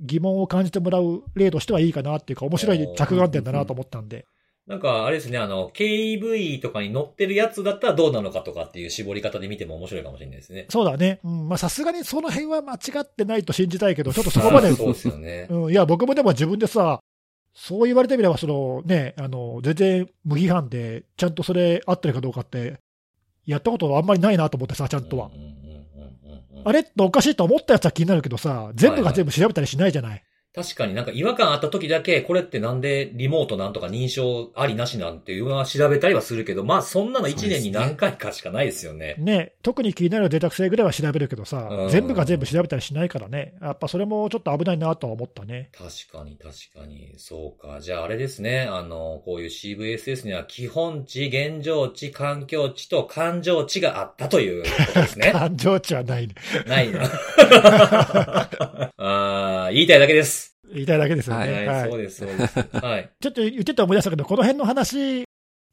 B: 疑問を感じてもらう例としてはいいかなっていうか、面白い着眼点だなと思ったんで。
A: なんか、あれですね、あの、KEV とかに乗ってるやつだったらどうなのかとかっていう絞り方で見ても面白いかもしれないですね。
B: そうだね。うん。まあさすがにその辺は間違ってないと信じたいけど、ちょっとそこまで
A: あー、そうですよね。
B: うん。いや、僕もでも自分でさ、そう言われてみれば、そのね、あの、全然無批判で、ちゃんとそれ合ってるかどうかって、やったことはあんまりないなと思ってさ、ちゃんとは
A: うん。うんうんうんうん
B: あれっておかしいと思ったやつは気になるけどさ、全部が全部調べたりしないじゃない。
A: 確かになんか違和感あった時だけ、これってなんでリモートなんとか認証ありなしなんていうのは調べたりはするけど、まあそんなの1年に何回かしかないですよね。
B: ね、特に気になる贅沢性ぐらいは調べるけどさ、
A: うん
B: 全部が全部調べたりしないからね、やっぱそれもちょっと危ないなとは思ったね。
A: 確かに確かに。そうか。じゃああれですね。あの、こういう CVSS には基本値、現状値、環境値と感情値があったということです
B: *laughs*
A: ね。
B: 感情値はないね。
A: ない *laughs* な。ああ、言いたいだけです。
B: 言いたいだけですよ
A: は
B: ね。
A: い、
B: はい
A: そうです、そうです。はい。
B: ちょっと言ってて思い出したけど、この辺の話、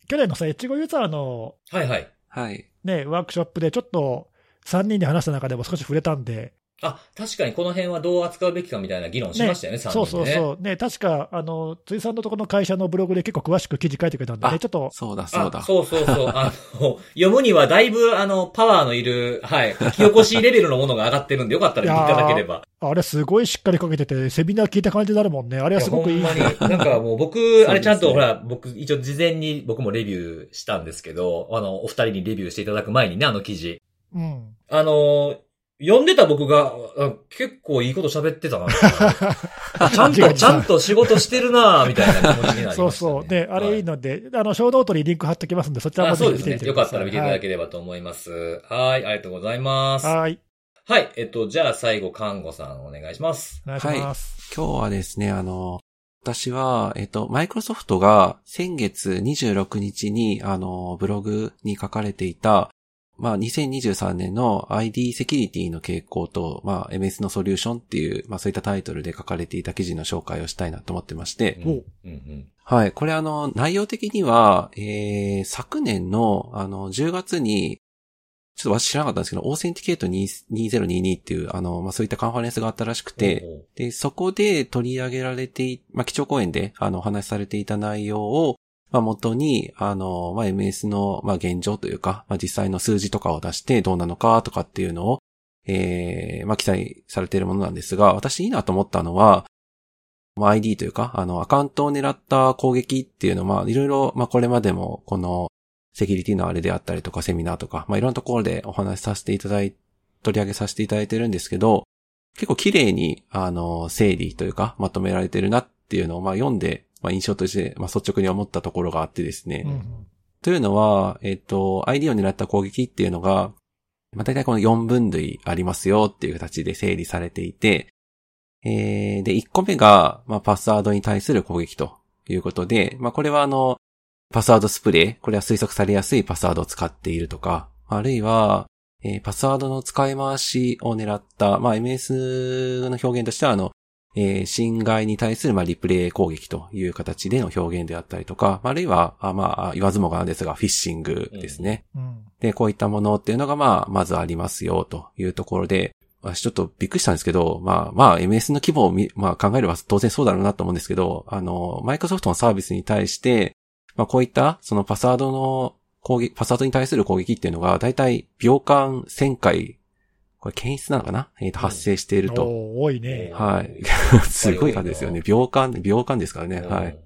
B: 去年のさ、越後ユーザーの、
A: はい、はい。
C: はい。
B: ね、ワークショップでちょっと3人で話した中でも少し触れたんで、
A: あ、確かにこの辺はどう扱うべきかみたいな議論しましたよね、3人
B: そう
A: で、ね。
B: そうそう、ね、確か、あの、辻さんのところの会社のブログで結構詳しく記事書いてくれたんでね、
C: あ
B: ちょっと、
C: そうだ、そう
A: あ
C: だ。
A: そうそうそう。あの、読むにはだいぶ、あの、パワーのいる、はい、書き起こしレベルのものが上がってるんで、よかったら見ていただければ。
B: あれすごいしっかりかけてて、セミナー聞いた感じになるもんね。あれはすごくいい。
A: やほんまに。 *laughs* なんかもう
C: す
A: 僕、
C: ね
A: あれちゃんとほら、僕、一応事前に僕もレビューしたんですけど、あの、お二人にレビューしていただく前にね、あの記事。
B: うん。
A: あの、読んでた僕が、あ結構いいこと喋ってたな。ち
B: *laughs*
A: ゃん
B: 違う
A: と、
B: 違う
A: ちゃんと仕事してるな、みたいな気持ちになりました、ね。
B: *laughs* そうそう。で、あれいい
A: な。
B: ので、あの、小ノートにリンク貼ってきますんで、そちら
A: あ
B: もぜ
A: そうで
B: ひ見
A: す
B: てみ
A: ね。
B: て
A: よ
B: くだ
A: かった
B: さい。
A: ら見ていただければと思います。はい、ありがとうございます。
B: はい
A: は
B: はい。
A: い、えっと、じゃあ最後、看護さんお願いします。
B: お願いします。
C: 今日はですね、あの、私は、えっと、マイクロソフトが先月26日に、あの、ブログに書かれていた、まあ、2023年の ID セキュリティの傾向と、まあ、MS のソリューションっていう、まあ、そういったタイトルで書かれていた記事の紹介をしたいなと思ってまして、
A: うん
B: お
A: うんうん。
C: はい。これあの、内容的には、えー、昨年の、あの、10月に、ちょっと私知らなかったんですけど、オーセンティケート2022っていう、あの、まあ、そういったカンファレンスがあったらしくて、
A: おうおう、
C: で、そこで取り上げられてい、まあ、基調講演で、あの、お話しされていた内容を、まあ、元に、あの、まあ、MS の、まあ、現状というか、まあ、実際の数字とかを出してどうなのかとかっていうのを、えー、まあ、記載されているものなんですが、私いいなと思ったのは、まあ、ID というか、あの、アカウントを狙った攻撃っていうのは、まあ、いろいろ、まあ、これまでも、この、セキュリティのあれであったりとか、セミナーとか、まあ、いろんなところでお話しさせていただい、取り上げさせていただいてるんですけど、結構綺麗に、あの、整理というか、まとめられてるなっていうのを、まあ、読んで、まあ、印象として、まあ、率直に思ったところがあってですね。
B: うん
C: というのは、えっ、と、ID を狙った攻撃っていうのが、まあ、大体この4分類ありますよっていう形で整理されていて、えー、で、1個目が、まあ、パスワードに対する攻撃ということで、まあ、これはあの、パスワードスプレー、これは推測されやすいパスワードを使っているとか、あるいは、えーパスワードの使い回しを狙った、まあ、MS の表現としては、あの、えー侵害に対する、まあ、リプレイ攻撃という形での表現であったりとか、あるいは、あまあ、言わずもがなんですが、フィッシングですね。
B: うん。
C: で、こういったものっていうのが、まあ、まずありますよ、というところで、私ちょっとびっくりしたんですけど、まあ、まあ、MS の規模を見、まあ、考えれば当然そうだろうなと思うんですけど、あの、マイクロソフトのサービスに対して、まあ、こういった、そのパスワードの攻撃、パスワードに対する攻撃っていうのが、だいたい秒間1000回、これ検出なのかなえっ、と、発生していると。
B: おー多いね。
C: はい。 *laughs* すごい数ですよね。秒間、秒間ですからね。 *laughs* はい。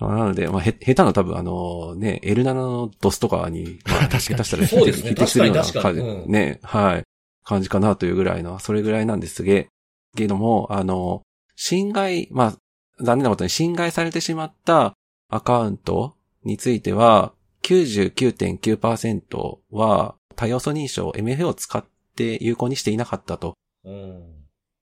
C: なので、まあ、へ、下手な多分あの、ね、L7 のドスとか
A: *laughs*
C: に、ま
B: 確
C: あ、
B: かに
C: 下手したら
A: そうですね
C: 匹敵するような
A: 確かに確かに
C: 感じ
A: うん
C: ね、はい、感じかなというぐらいの、それぐらいなんですげ、けども、あの、侵害、まあ、残念なことに侵害されてしまったアカウントについては、99.9%は多要素認証 MFA を使って有効にしていなかったと
A: うん。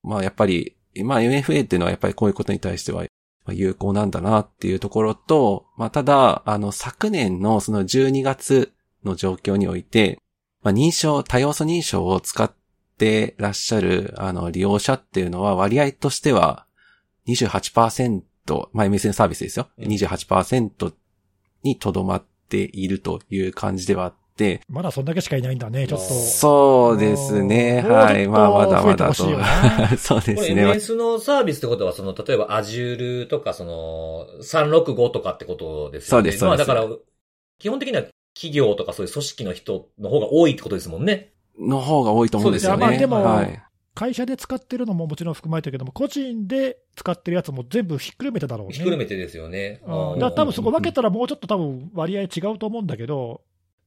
C: まあやっぱり、まあ MFA っていうのはやっぱりこういうことに対してはまあ有効なんだなっていうところと、まあただ、あの昨年のその12月の状況において、まあ認証、多要素認証を使ってらっしゃるあの利用者っていうのは割合としては28%、まあ MSN サービスですよ。
A: うん
C: 28%にとどまっているという感じではあって、
B: まだそんだけしかいないんだね、ちょっと。
C: そうですね。
B: もう
C: はい。まあ、まだ
B: も
C: ま
B: うちょ
C: だ
B: っと増えてほしいよ
C: と
B: な。
C: そう *laughs* で
A: こ
C: す
A: れ
C: ね。
A: MS のサービスってことは、その、例えば Azure とか、その、365とかってことですよね。
C: そうですそうです
A: まあだから、基本的には企業とかそういう組織の人の方が多いってことですもんね。
C: の方が多いと思うんですよね。
A: そうですねまあでも
C: はい。
B: 会社で使ってるのももちろん含まれてるけども、個人で使ってるやつも全部ひっくるめてだろうね。
A: ひっくるめてですよね。
B: うん
A: うん
B: だから多分そこ分けたらもうちょっと多分割合違うと思うんだけど、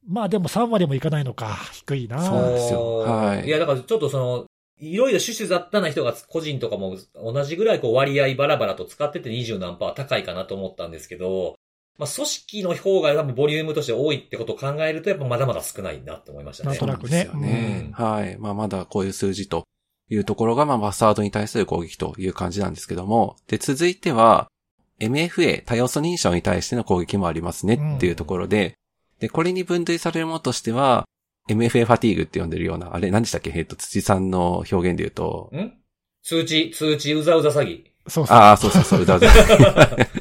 B: まあでも3割もいかないのか、低いな。
C: そうなんですよはい
A: いや、だからちょっとその、いろいろ種々雑多な人が個人とかも同じぐらいこう割合バラバラと使ってて20何パー高いかなと思ったんですけど、まあ組織の方が多分ボリュームとして多いってことを考えるとやっぱまだまだ少ないなって思いましたね。
B: なんとなくね
C: そうなんですよねはい。まあ、まだこういう数字というところが、まあ、バスワードに対する攻撃という感じなんですけども、で、続いては、MFA、多要素認証に対しての攻撃もありますねっていうところで、で、これに分類されるものとしては、MFA ファティーグって呼んでるような、あれ、何でしたっけえっと、土さんの表現で言うと、
A: ん通知、通知、うざうざ詐欺。
B: そうそう。
C: ああ、そうそうそう、うだうだ。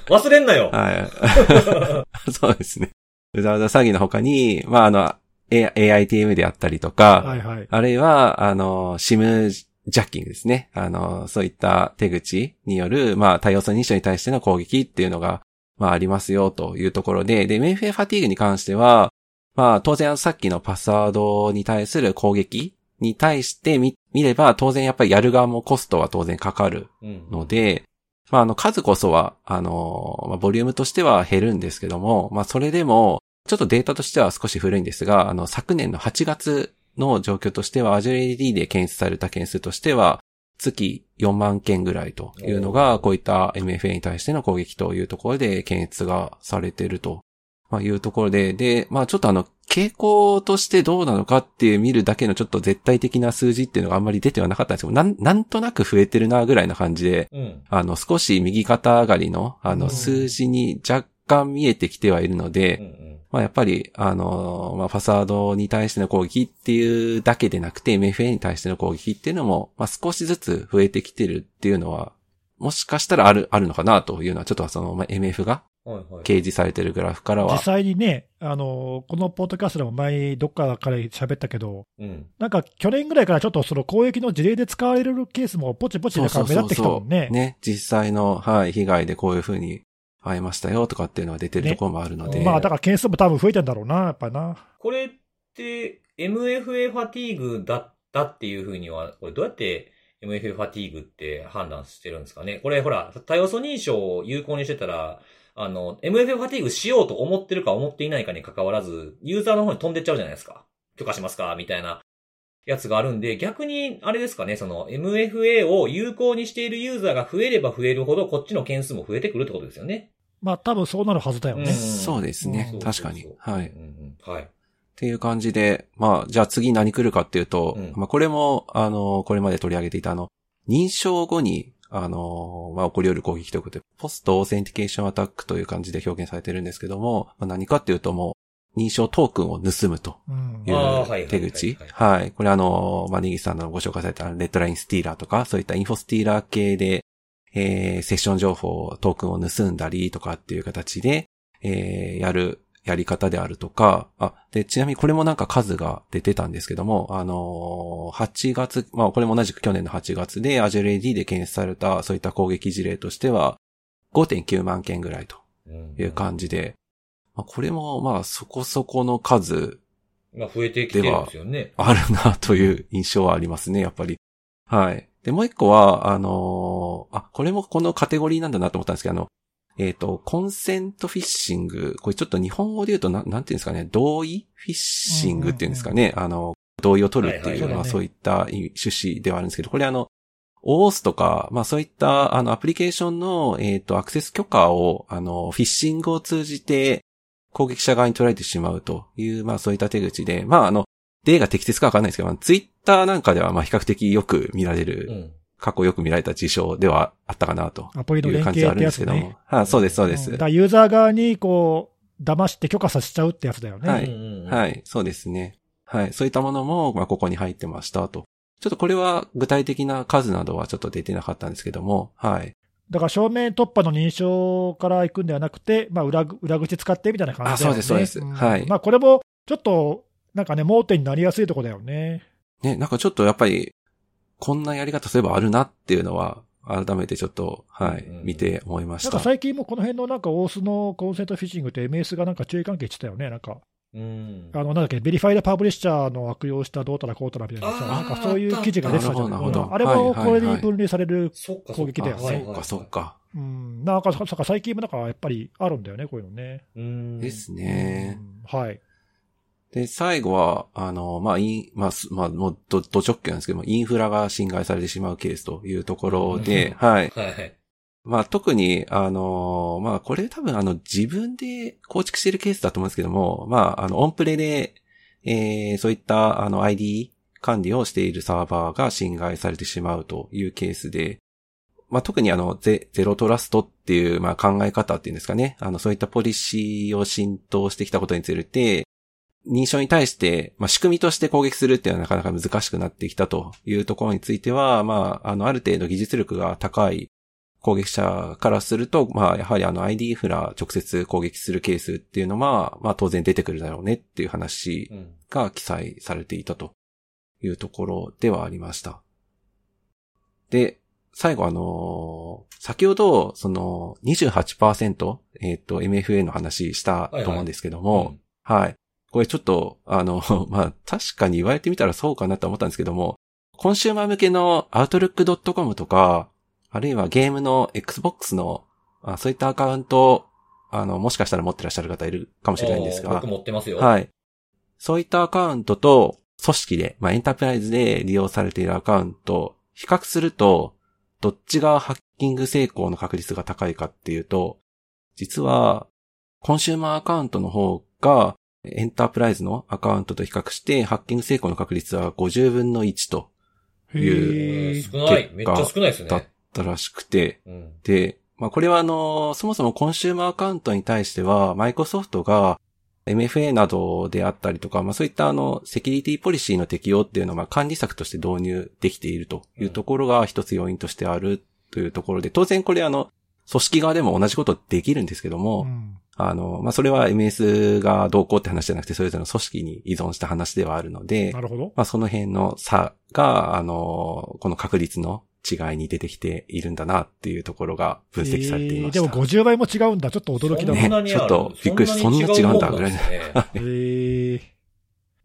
A: 忘れんなよ。
C: はい。 *laughs* そうですね。うだうだ詐欺の他に、まあ、あの、A- AITM であったりとか、
B: はいはい。
C: あるいは、あの、シムジャッキングですね。あの、そういった手口による、まあ、多様素認証に対しての攻撃っていうのが、まあ、ありますよというところで、で、メンフェファティーグに関しては、まあ、当然、さっきのパスワードに対する攻撃に対して見見れば、当然やっぱりやる側もコストは当然かかる
A: うん
C: ので、まあ、あの、数こそは、あの、まあボリュームとしては減るんですけども、まあ、それでも、ちょっとデータとしては少し古いんですが、あの、昨年の8月の状況としては、Azure AD で検出された件数としては、月4万件ぐらいというのが、こういった MFA に対しての攻撃というところで検出がされていると、まあ、いうところで、で、まあ、ちょっとあの、傾向としてどうなのかっていう見るだけのちょっと絶対的な数字っていうのがあんまり出てはなかったんですけど、なん、なんとなく増えてるなぐらいな感じで、
A: うん。
C: あの、少し右肩上がりの、あ
B: うん
C: の、数字に若干見えてきてはいるので、
A: うんうん
C: まあ、やっぱり、あの、まあ、ファサードに対しての攻撃っていうだけでなくて、MFA に対しての攻撃っていうのも、まあ、少しずつ増えてきてるっていうのは、もしかしたらある、あるのかなというのは、ちょっとその、まあ、MF が
A: はいはい。
C: 掲示されてるグラフから
B: 実
C: は、
B: 際にね、あの、このポッドキャストでも前にどっかから喋ったけど、
A: うん。
B: なんか去年ぐらいからちょっとその攻撃の事例で使われるケースもポチポチなんか目立ってきたもんね。
C: ね、実際の、はい、被害でこういうふうに遭いましたよとかっていうのが出てる
B: ね
C: ところもあるので、
A: ね
B: まあだから件数も多分増えてんだろうな、やっぱりな。
A: これって、MFA ファティーグだったっていうふうには、これどうやって MFA ファティーグって判断してるんですかねこれほら、多要素認証を有効にしてたら、あの、MFA ファティーグしようと思ってるか思っていないかに関わらず、ユーザーの方に飛んでっちゃうじゃないですか。許可しますかみたいなやつがあるんで、逆に、あれですかね、その MFA を有効にしているユーザーが増えれば増えるほど、こっちの件数も増えてくるってことですよね。
B: まあ多分そうなるはずだよね。
C: そうですね。
A: うん
C: 確かに。はい。
A: うんうんうんはい。
C: っていう感じで、まあ、じゃあ次何来るかっていうと、
A: うん
C: まあ、これも、あの、これまで取り上げていた、あの、認証後に、あの、まあ、起こり得る攻撃ということで、ポストオーセンティケーションアタックという感じで表現されてるんですけども、まあ、何かっていうともう、認証トークンを盗むと
B: うん
C: い
A: ああはいはいはいは
C: う
A: い
C: 手口。はい。これあの、まあ、ネギさんのご紹介されたレッドラインスティーラーとか、そういったインフォスティーラー系で、えーセッション情報、トークンを盗んだりとかっていう形で、えーやるやり方であるとか、あ、で、ちなみにこれもなんか数が出てたんですけども、あのー8月、まあこれも同じく去年の8月で Azure AD で検出されたそういった攻撃事例としては、5.9万件ぐらいと
A: うん
C: いう感じで、まあ、これもまあそこそこの数
A: まあ、増えてきてるんですよね。
C: あるなという印象はありますね、やっぱり。はい。で、もう一個は、あのーあ、これもこのカテゴリーなんだなと思ったんですけど、あの、えっ、と、コンセントフィッシング。これちょっと日本語で言うと、なんなんていうんですかね、同意フィッシングっていうんですかね。あの、同意を取るって
A: はいいは
C: う、
A: い
C: まあ
B: そうだね
C: そういった趣旨ではあるんですけど、これあの、OS とか、まあそういった、あの、アプリケーションの、えっ、と、アクセス許可を、あの、フィッシングを通じて、攻撃者側に取られてしまうという、まあそういった手口で、まああの、例が適切かわかんないですけど、ツイッターなんかではまあ比較的よく見られる、
A: うん。
C: 過去よく見られた事象ではあったかなと
B: アプリ
C: い
B: の
C: う
B: 連
C: 感じ
B: 携
C: はあ
B: っ
C: るん
B: て
C: で
B: や
C: す
B: つ
C: けども
B: ね。。
C: はい、そうです、そうで
B: うん
C: す
B: だか。らユーザー側に、こう、騙して許可させちゃうってやつだよね。
C: はい
A: うんうん
C: はい、そうですね。はい、そういったものも、まあ、ここに入ってましたと。ちょっとこれは具体的な数などはちょっと出てなかったんですけども、はい。
B: だから正面突破の認証から行くんではなくて、まあ、裏ぐ裏口使ってみたいな感じだよね
C: あそうですそうです
B: ん
C: はい
B: まあ、これもちょっと、なんかね、盲点になりやすいとこだよね。
C: ね、なんかちょっとやっぱり、こんなやり方そういえばあるなっていうのは、改めてちょっと、はい、
A: うんうん
C: 見て思いま
B: な
C: し
B: んか
C: た。
B: 最近もこの辺のなんかオースのコンセントフィッシングって MS がなんか注意喚起してたよね。なんか、
A: うん。
B: あの、なんだっけ、ベリファイドパブリッシャーの悪用したどうたらこうたらみたいなさ、
A: あー
B: なんかそういう記事が出てたじゃ
C: な
B: な
C: る
B: い
C: ほどなるほど
B: あれも
C: はいはい
B: こ
C: はい
B: れに分類される。
A: そっかそっか。
B: 攻撃だよね
A: は
C: そ
A: いは
C: う
A: いは
C: か、
A: い
C: そう。か。
B: うん、なんか、そっか、最近もなんかやっぱりあるんだよね、こういうのね。
A: うん。
C: ですね。
B: うんはい。
C: で、最後は、あの、まあ、イン、まあ、すまあ、もう、ど、ど直球なんですけども、インフラが侵害されてしまうケースというところで、はい。
A: はい。
C: まあ、特に、あの、まあ、これ多分、あの、自分で構築してるケースだと思うんですけども、まあ、あの、オンプレで、えー、そういった、あの、ID 管理をしているサーバーが侵害されてしまうというケースで、まあ、特にあの、ゼ、ゼロトラストっていう、まあ、考え方っていうんですかね。あの、そういったポリシーを浸透してきたことにつれて、認証に対して、まあ、仕組みとして攻撃するっていうのはなかなか難しくなってきたというところについては、まあ、あの、ある程度技術力が高い攻撃者からすると、まあ、やはりあの ID フラ直接攻撃するケースっていうのは、まあ当然出てくるだろうねっていう話
A: うん。
C: が記載されていたというところではありました。で、最後あのー先ほど、その28%、えっ、と、MFA の話したと思うんですけども、はい。これちょっと、あの、 *laughs* まあ、確かに言われてみたらそうかなと思ったんですけども、コンシューマー向けの outlook.com とか、あるいはゲームの Xbox の、あそういったアカウントを、あの、もしかしたら持ってらっしゃる方いるかも
A: も
C: しれないんですが
A: 僕、持ってますよ。い。
C: はい。そういったアカウントと、組織で、まあ、エンタープライズで利用されているアカウント、比較すると、どっちがハッキング成功の確率が高いかっていうと、実は、コンシューマーアカウントの方が、エンタープライズのアカウントと比較して、ハッキング成功の確率は50分の1と、
B: へ
C: い
B: え。
A: 少ない。めっちゃ少ないです
C: だっ
A: ね。
C: たらしくて、
A: うん。
C: で、まあ、これはあの、そもそもコンシューマーアカウントに対しては、マイクロソフトが MFA などであったりとか、まあ、そういったあの、セキュリティポリシーの適用っていうのは、まあ、管理策として導入できているというところが一つ要因としてあるというところで、当然これあの、組織側でも同じことできるんですけども、
B: うん
C: あの、まあ、それは MS がどうこうって話じゃなくて、それぞれの組織に依存した話ではあるので、
B: なるほど。
C: まあ、その辺の差が、あの、この確率の違いに出てきているんだなっていうところが分析されていました。
B: えーでも50倍も違うんだ。ちょっと驚きだ
A: そんな
B: ね。
A: にある
C: ねちょっとびっくりし
A: そんなに
C: そんな違うんだ
A: もなんですね
B: えー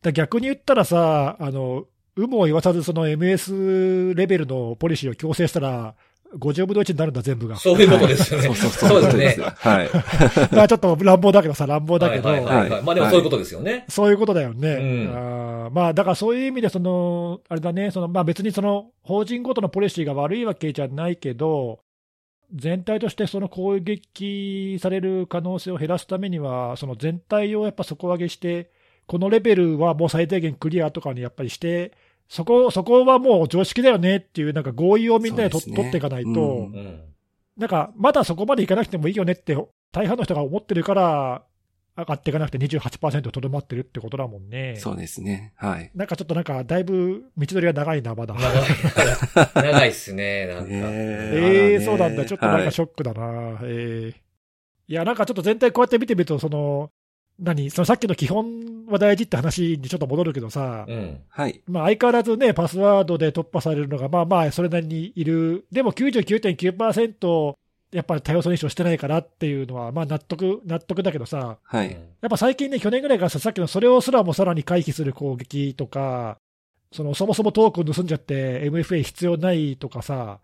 B: だ逆に言ったらさ、あの、有無を言わさずその MS レベルのポリシーを強制したら、50分の1になるんだ、全部が。
A: そういうことですよね。
C: *laughs* そうそうそう。
A: ですね。
C: はい。
B: だからちょっと乱暴だけどさ、乱暴だけど、
A: はいはいはいは。
C: はいい
A: まあでもそういうことですよね。
B: そういうことだよね。
A: うん
B: あーまあ、だからそういう意味でその、あれだね、そのまあ、別にその法人ごとのポリシーが悪いわけじゃないけど、全体としてその攻撃される可能性を減らすためには、その全体をやっぱ底上げして、このレベルはもう最低限クリアとかにやっぱりして、そこそこはもう常識だよねっていう、なんか合意をみんなでと
C: そうですね
B: 取っていかないと、
C: うん
A: うん。
B: なんかまだそこまでいかなくてもいいよねって、大半の人が思ってるから、上がっていかなくて28%とどまってるってことだもんね。
C: そうですね。はい。
B: なんかちょっとなんか、だいぶ道のりが長いな、まだ。
A: 長い。 *laughs* 長いっすね、なんか。
C: ねえ
B: *laughs* ええ
C: あらね
B: そうなんだ。ちょっとなん
C: は
B: か
C: い
B: ショックだな。ええいや、なんかちょっと全体こうやって見てみると、その、何そのさっきの基本は大事って話にちょっと戻るけどさ、
A: うん。
C: はい。
B: まあ相変わらずね、パスワードで突破されるのが、まあまあ、それなりにいる。でも99.9%、やっぱり多様性認証してないからっていうのは、まあ納得、納得だけどさ、
C: は。。
A: はい
B: やっぱ最近ね、去年ぐらいからさ、さっきのそれをすらもさらに回避する攻撃とか、そのそもそもトークン盗んじゃって MFA 必要ないとかさ、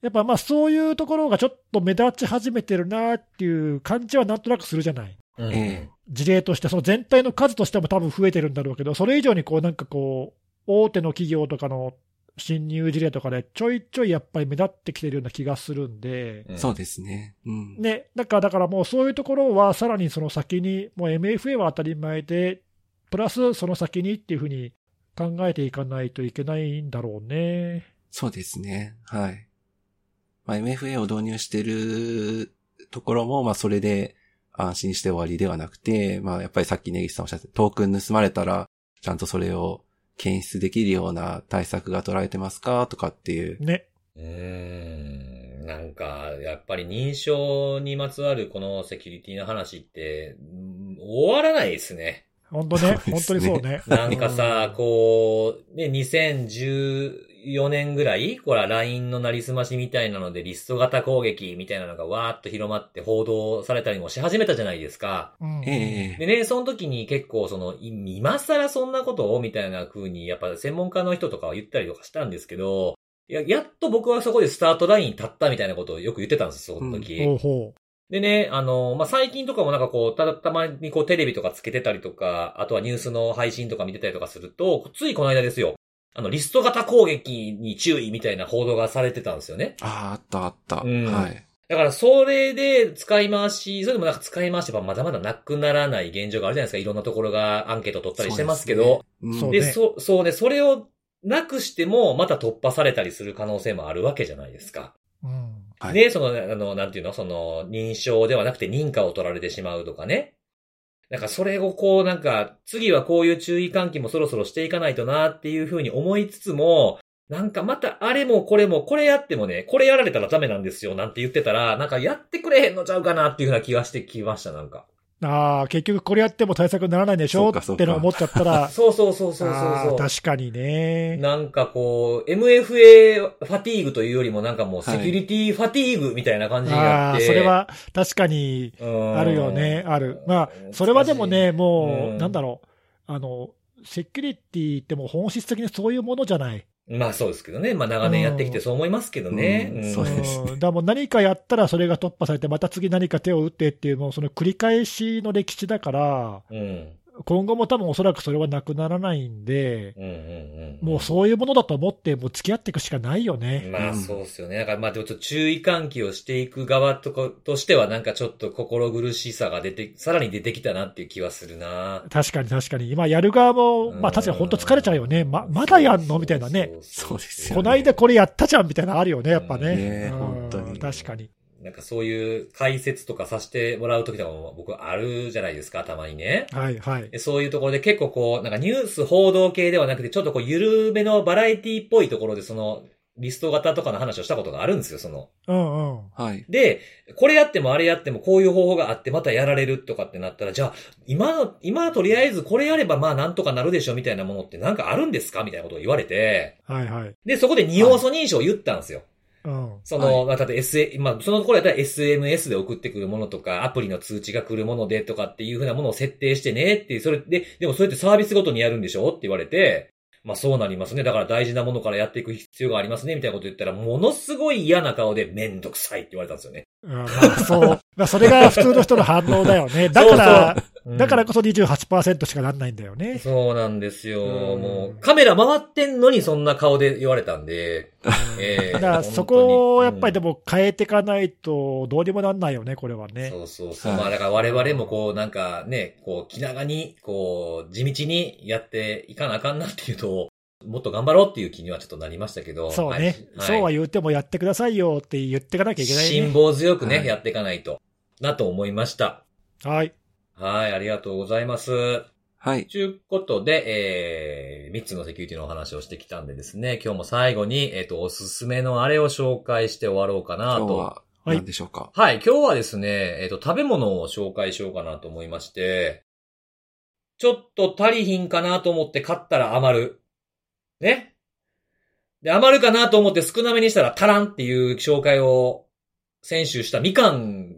B: やっぱまあそういうところがちょっと目立ち始めてるなっていう感じはなんとなくするじゃない。
A: うん
C: え
B: 事例として、その全体の数としても多分増えてるんだろうけど、それ以上にこうなんかこう、大手の企業とかの侵入事例とかで、ちょいちょいやっぱり目立ってきてるような気がするんで、
A: うん
C: そうですね。うん。
B: ね、なんかだからもうそういうところはさらにその先に、もう MFA は当たり前で、プラスその先にっていうふうに考えていかないといけないんだろうね。
C: そうですね。はい。まあ、MFA を導入してるところも、まあ、それで安心して終わりではなくて、まあ、やっぱりさっき根岸さんおっしゃったトークン盗まれたら、ちゃんとそれを検出できるような対策が取られてますかとかっていう。
B: ね。
A: うーんなんか、やっぱり認証にまつわるこのセキュリティの話って、うん終わらないですね。
B: 本当ね。
C: そう
B: 本
C: で
B: 当
C: す
B: に
C: ね
B: そうね。
A: なんかさ
B: う、ん
A: こう、ね、2014年ぐらい、これは LINE のなりすましみたいなので、リスト型攻撃みたいなのがわーっと広まって報道されたりもし始めたじゃないですか。
B: うん
C: え
A: で
C: え
A: ね、その時に結構その、い今更そんなことをみたいな風に、やっぱ専門家の人とかは言ったりとかしたんですけど、いや、やっと僕はそこでスタートラインに立ったみたいなことをよく言ってたんですよ、その時。
B: ほうほ
A: でね、あの、まあ、最近とかもなんかこう、ただたまにこうテレビとかつけてたりとか、あとはニュースの配信とか見てたりとかすると、ついこの間ですよ、あの、リスト型攻撃に注意みたいな報道がされてたんですよね。
C: ああ、あったあった。
A: うん
C: はい。
A: だから、それで使い回し、それでもなんか使い回しはまだまだなくならない現状があるじゃないですか。いろんなところがアンケート取ったりしてますけど。
C: そうですね。
B: そう
A: で
B: ね
A: そ、そうね、それをなくしても、また突破されたりする可能性もあるわけじゃないですか。
B: う。うん。
C: はい
A: で、その、あの、なんていうのその、認証ではなくて認可を取られてしまうとかね。なんかそれをこう、なんか、次はこういう注意喚起もそろそろしていかないとなっていうふうに思いつつも、なんかまたあれもこれも、これやってもね、これやられたらダメなんですよなんて言ってたら、なんかやってくれへんのちゃうかなっていうふうな気がしてきました、なんか。
B: ああ、結局これやっても対策にならないんでし
C: そ
B: ょ
C: うかそう
B: っ
C: か
B: てのを思っちゃったら、
A: *laughs* そうそうそうそう
B: あ
A: そ
B: ー
A: うそう。
B: 確かにね。
A: なんかこう、MFA ファティーグというよりもなんかもうセキュリティファティーグみたいな感じにな
B: あ
A: っ
B: あ、
A: て。
B: それは確かに
A: うん
B: あるよね、ある。まあ、それはでもね、も
A: う
B: う、
A: ん
B: なんだろう、あの、セキュリティってもう本質的にそういうものじゃない。
A: まあそうですけどね。まあ長年やってきてそう思いますけどね。
C: うん
A: うん
C: そうですね
B: んだからもう何かやったらそれが突破されて、また次何か手を打ってっていう、もうその繰り返しの歴史だから、
A: うん。うん。
B: 今後も多分おそらくそれはなくならないんで、
A: うんうんうん。
B: もうそういうものだと思って、もう付き合っていくしかないよね。
A: まあそうですよね。だからまあでもちょっと注意喚起をしていく側とことしてはなんかちょっと心苦しさが出て、さらに出てきたなっていう気はするな。
B: 確かに確かに。今やる側も、
A: うん
B: まあ確かに本当疲れちゃうよね。ま、まだやんのみたいなね。。
C: そうですよね
B: こないだこれやったじゃんみたいなのあるよね、やっぱね。
C: ね
B: うん
C: 本当に
B: 確かに。
A: なんかそういう解説とかさせてもらうときとかも僕あるじゃないですか、たまにね。
B: はいはい。
A: でそういうところで結構こう、なんかニュース報道系ではなくて、ちょっとこう、緩めのバラエティっぽいところで、その、リスト型とかの話をしたことがあるんですよ、その。
B: うんうん。
C: はい。
A: で、これやってもあれやってもこういう方法があってまたやられるとかってなったら、じゃあ、今の、今はとりあえずこれやればまあなんとかなるでしょみたいなものってなんかあるんですかみたいなことを言われて、
B: はいはい。
A: で、そこで二要素認証を言ったんですよ。
B: うん。
A: その、まあ、例えば S、まあ、そのところやったら SMS で送ってくるものとか、アプリの通知が来るものでとかっていうふうなものを設定してねっていう、それで、でもそれってサービスごとにやるんでしょって言われて、まあそうなりますね。だから大事なものからやっていく必要がありますね、みたいなこと言ったら、ものすごい嫌な顔でめんどくさいって言われたんですよね。
B: うんまあ、そう。 *laughs* まあ、それが普通の人の反応だよね。だから、だからこそ28%しかなんないんだよね。
A: そうなんですよ。
B: うん
A: もう、カメラ回ってんのにそんな顔で言われたんで。ええ
B: だからそこをやっぱりで
A: も、
B: も変えていかないとどうにもなんないよね、これは
A: うん
B: ね。
A: そうそうそう。
C: はい
A: まあだから我々もこう、なんかね、こう、気長に、こう、地道にやっていかなあかんなっていうと、もっと頑張ろうっていう気にはちょっとなりましたけど。
B: そうね。
A: はい
B: そうは言ってもやってくださいよって言っていかなきゃいけない
A: 辛
B: ね。
A: 抱強くね、
C: はい
A: やっていかないと、なと思いました。
B: はい。
A: はい、ありがとうございます。
C: はい。
A: ということで、えー、3つのセキュリティのお話をしてきたんでですね、今日も最後に、えっ、と、おすすめのあれを紹介して終わろうかな
C: 今日
A: と。
C: は
B: はい
C: 何でしょうか。
A: はい、今日はですね、えっ、と、食べ物を紹介しようかなと思いまして、ちょっと足りひんかなと思って買ったら余る。ねで、余るかなと思って少なめにしたら足らんっていう紹介を先週したみかん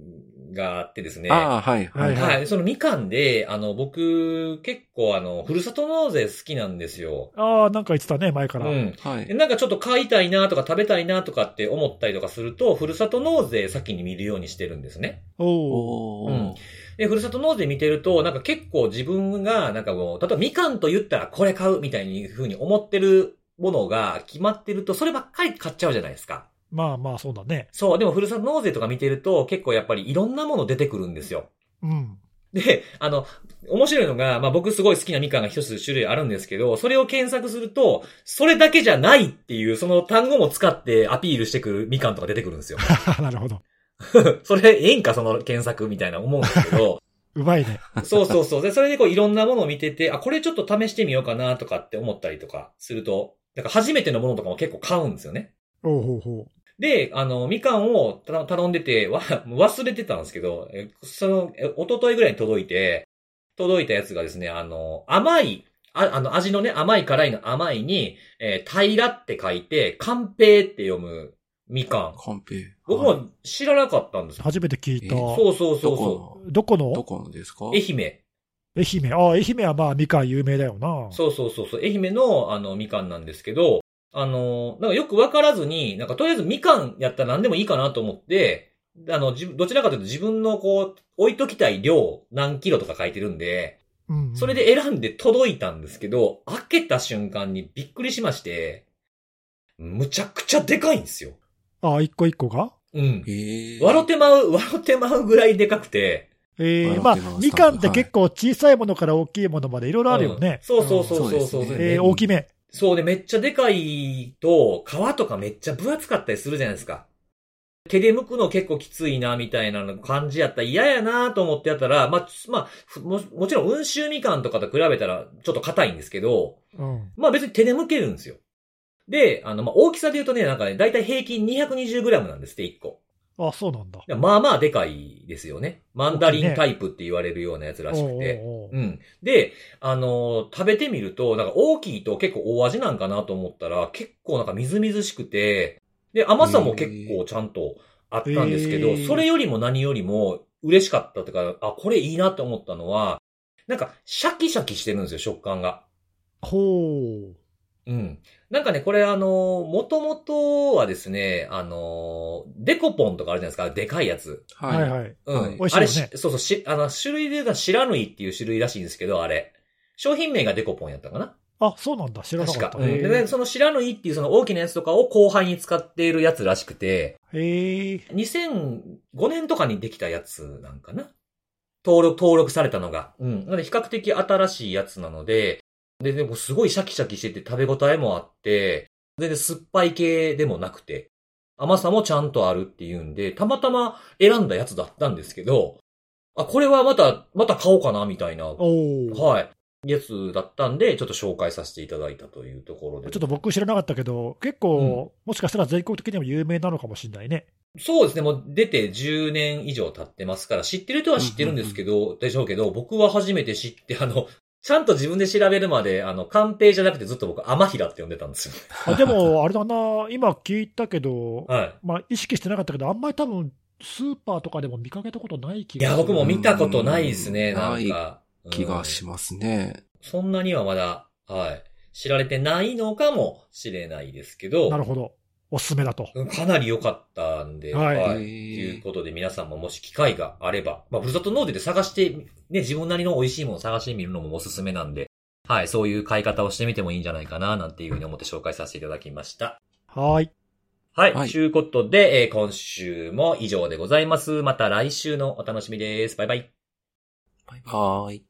A: があってですね。
C: ああ、はい、はい。
B: は
A: はいい。そのみかんで、あの、僕、結構あの、ふるさと納税好きなんですよ。
B: ああ、なんか言ってたね、前か
A: う
B: ら。
A: ん。
C: は
A: で
C: い。
A: なんかちょっと買いたいなとか食べたいなとかって思ったりとかすると、ふるさと納税先に見るようにしてるんですね。
B: おお。
C: お
A: う
C: ー
A: ん。で、ふるさと納税見てると、なんか結構自分が、なんかこう、例えばみかんと言ったらこれ買うみたいに風に思ってるものが決まってると、そればっかり買っちゃうじゃないですか。
B: まあまあ、そうだね。
A: そう。でもふるさと納税とか見てると、結構やっぱりいろんなもの出てくるんですよ。
B: うん。
A: で、あの、面白いのが、まあ、僕すごい好きなみかんが一つ種類あるんですけど、それを検索すると、それだけじゃないっていう、その単語も使ってアピールしてくるみかんとか出てくるんですよ。
B: なるほど。
A: それ、ええんか、その検索みたいな思うんですけど、
B: うまいね。
A: そうそうそう。で、それでこういろんなものを見てて、あ、これちょっと試してみようかなとかって思ったりとかすると、なんか初めてのものとかも結構買うんですよね。
B: おうほうほ
A: で、あの、みかんをた頼んでて、わ、忘れてたんですけど、えその、え一昨日ぐらいに届いて、届いたやつがですね、あの、甘い、ああの、味のね、甘い辛いの甘いに、えー平って書いて、寛平って読むみかん。
C: コンペ。
A: 僕
C: はい
A: も知らなかったんです
B: う。
A: よ。
B: 初めて聞いた。
C: えー
A: そうそうそ
C: ど
A: うそ
C: こ
B: どこ
C: の、ど
B: の
C: このですか
A: う。愛媛。
B: 愛媛。ああ、愛媛はまあ、みかん有名だよな。
A: そうそうそうそう、愛媛の、あの、みかんなんですけど、あの、なんかよくわからずに、なんかとりあえずみかんやったら何でもいいかなと思って、あの、じどちらかというと自分のこう、置いときたい量、何キロとか書いてるんで、
B: うんうん
A: それ。で選んで届いたんですけど、開けた瞬間にびっくりしまして、むちゃくちゃでかいんですよ。
B: ああ、一個一個が
A: うん。
C: ええ。
A: 笑ってまう、笑ってまうぐらいでかくて、
B: ええ
C: 笑って
B: まあ
C: ます多、分
B: みかんって結構小さいものから大きいものまでいろいろあるよ
A: うん
B: ね。
A: そうそうそうそう
C: そ
A: そうう
C: ですね
B: ええ大きめ。
A: そうで、めっちゃでかいと、皮とかめっちゃ分厚かったりするじゃないですか。手で剥くの結構きついな、みたいな感じやったら嫌やなと思ってやったら、まあ、つまあ、ふも、もちろん、温州みかんとかと比べたらちょっと硬いんですけど、
B: うん。
A: まあ別に手で剥けるんですよ。で、あの、まあ大きさで言うとね、なんかね、だいたい平均 220g なんですって、1個。
B: あそうなんだ。
A: まあまあでかいですよね。マンダリンタイプって言われるようなやつらしくて。
B: おうおうおう
A: うん。で、あのー食べてみると、なんか大きいと結構大味なんかなと思ったら、結構なんかみずみずしくて、で、甘さも結構ちゃんとあったんですけど、
B: へー
A: それよりも何よりも嬉しかったというか、あ、これいいなと思ったのは、なんかシャキシャキしてるんですよ、食感が。
B: ほう。
A: うん。なんかね、これあのー、もともとはですね、あのーデコポンとかあるじゃないですか、でかいやつ。
B: はい
C: はい。
B: はい。
A: うん。
C: はい
B: 美味し
A: あ
B: いよね
A: れし、そうそう、し、あの、種類で言うと、知らぬいっていう種類らしいんですけど、あれ。商品名がデコポンやったかな
B: あ、そうなんだ。知らな
A: 確
B: か
A: か
B: っ。た。
A: うんで、
B: へ
A: ねその知らぬいっていうその大きなやつとかを後輩に使っているやつらしくて、
B: ええ
A: 2005年とかにできたやつなんかな登録、登録されたのが。うん。なので、比較的新しいやつなので、で、でもすごいシャキシャキしてて食べ応えもあって、全然酸っぱい系でもなくて、甘さもちゃんとあるっていうんで、たまたま選んだやつだったんですけど、あ、これはまた、また買おうかな、みたいな。
B: おお。
A: はい。やつだったんで、ちょっと紹介させていただいたというところで。
B: ちょっと僕知らなかったけど、結構、もしかしたら全国的にも有名なのかもしれないね。
A: そうですね、もう出て10年以上経ってますから、知ってる人は知ってるんですけど、でしょうけど、僕は初めて知って、あの、ちゃんと自分で調べるまで、あの、寛平じゃなくてずっと僕、天平って呼んでたんですよ。
B: あでも、あれだな、今聞いたけど、
A: はい。
B: まあ、意識してなかったけど、あんまり多分、スーパーとかでも見かけたことない気
A: い
B: がす
A: や、
B: る。
A: 僕も見たことないです
C: う
A: ね、
C: ん
A: なんか。
C: 気がし
A: ま
C: ますね。
A: す。そんなにはまだ、はい。知られてないのかもしれないですけど、
B: なるほど。おすすめだと。
A: うんかなり良かったんで、
B: はい
A: はい。と
C: へー
A: いうことで皆さんももし機会があれば、まあ、ふるさと納税で探して、ね、自分なりの美味しいものを探してみるのもおすすめなんで、はい、そういう買い方をしてみてもいいんじゃないかな、なんていうふうに思って紹介させていただきました。
B: はーい。
A: はい、
C: はい
A: ということで、えー今週も以上でございます。また来週のお楽しみです。バイバイ。
C: バイバイ。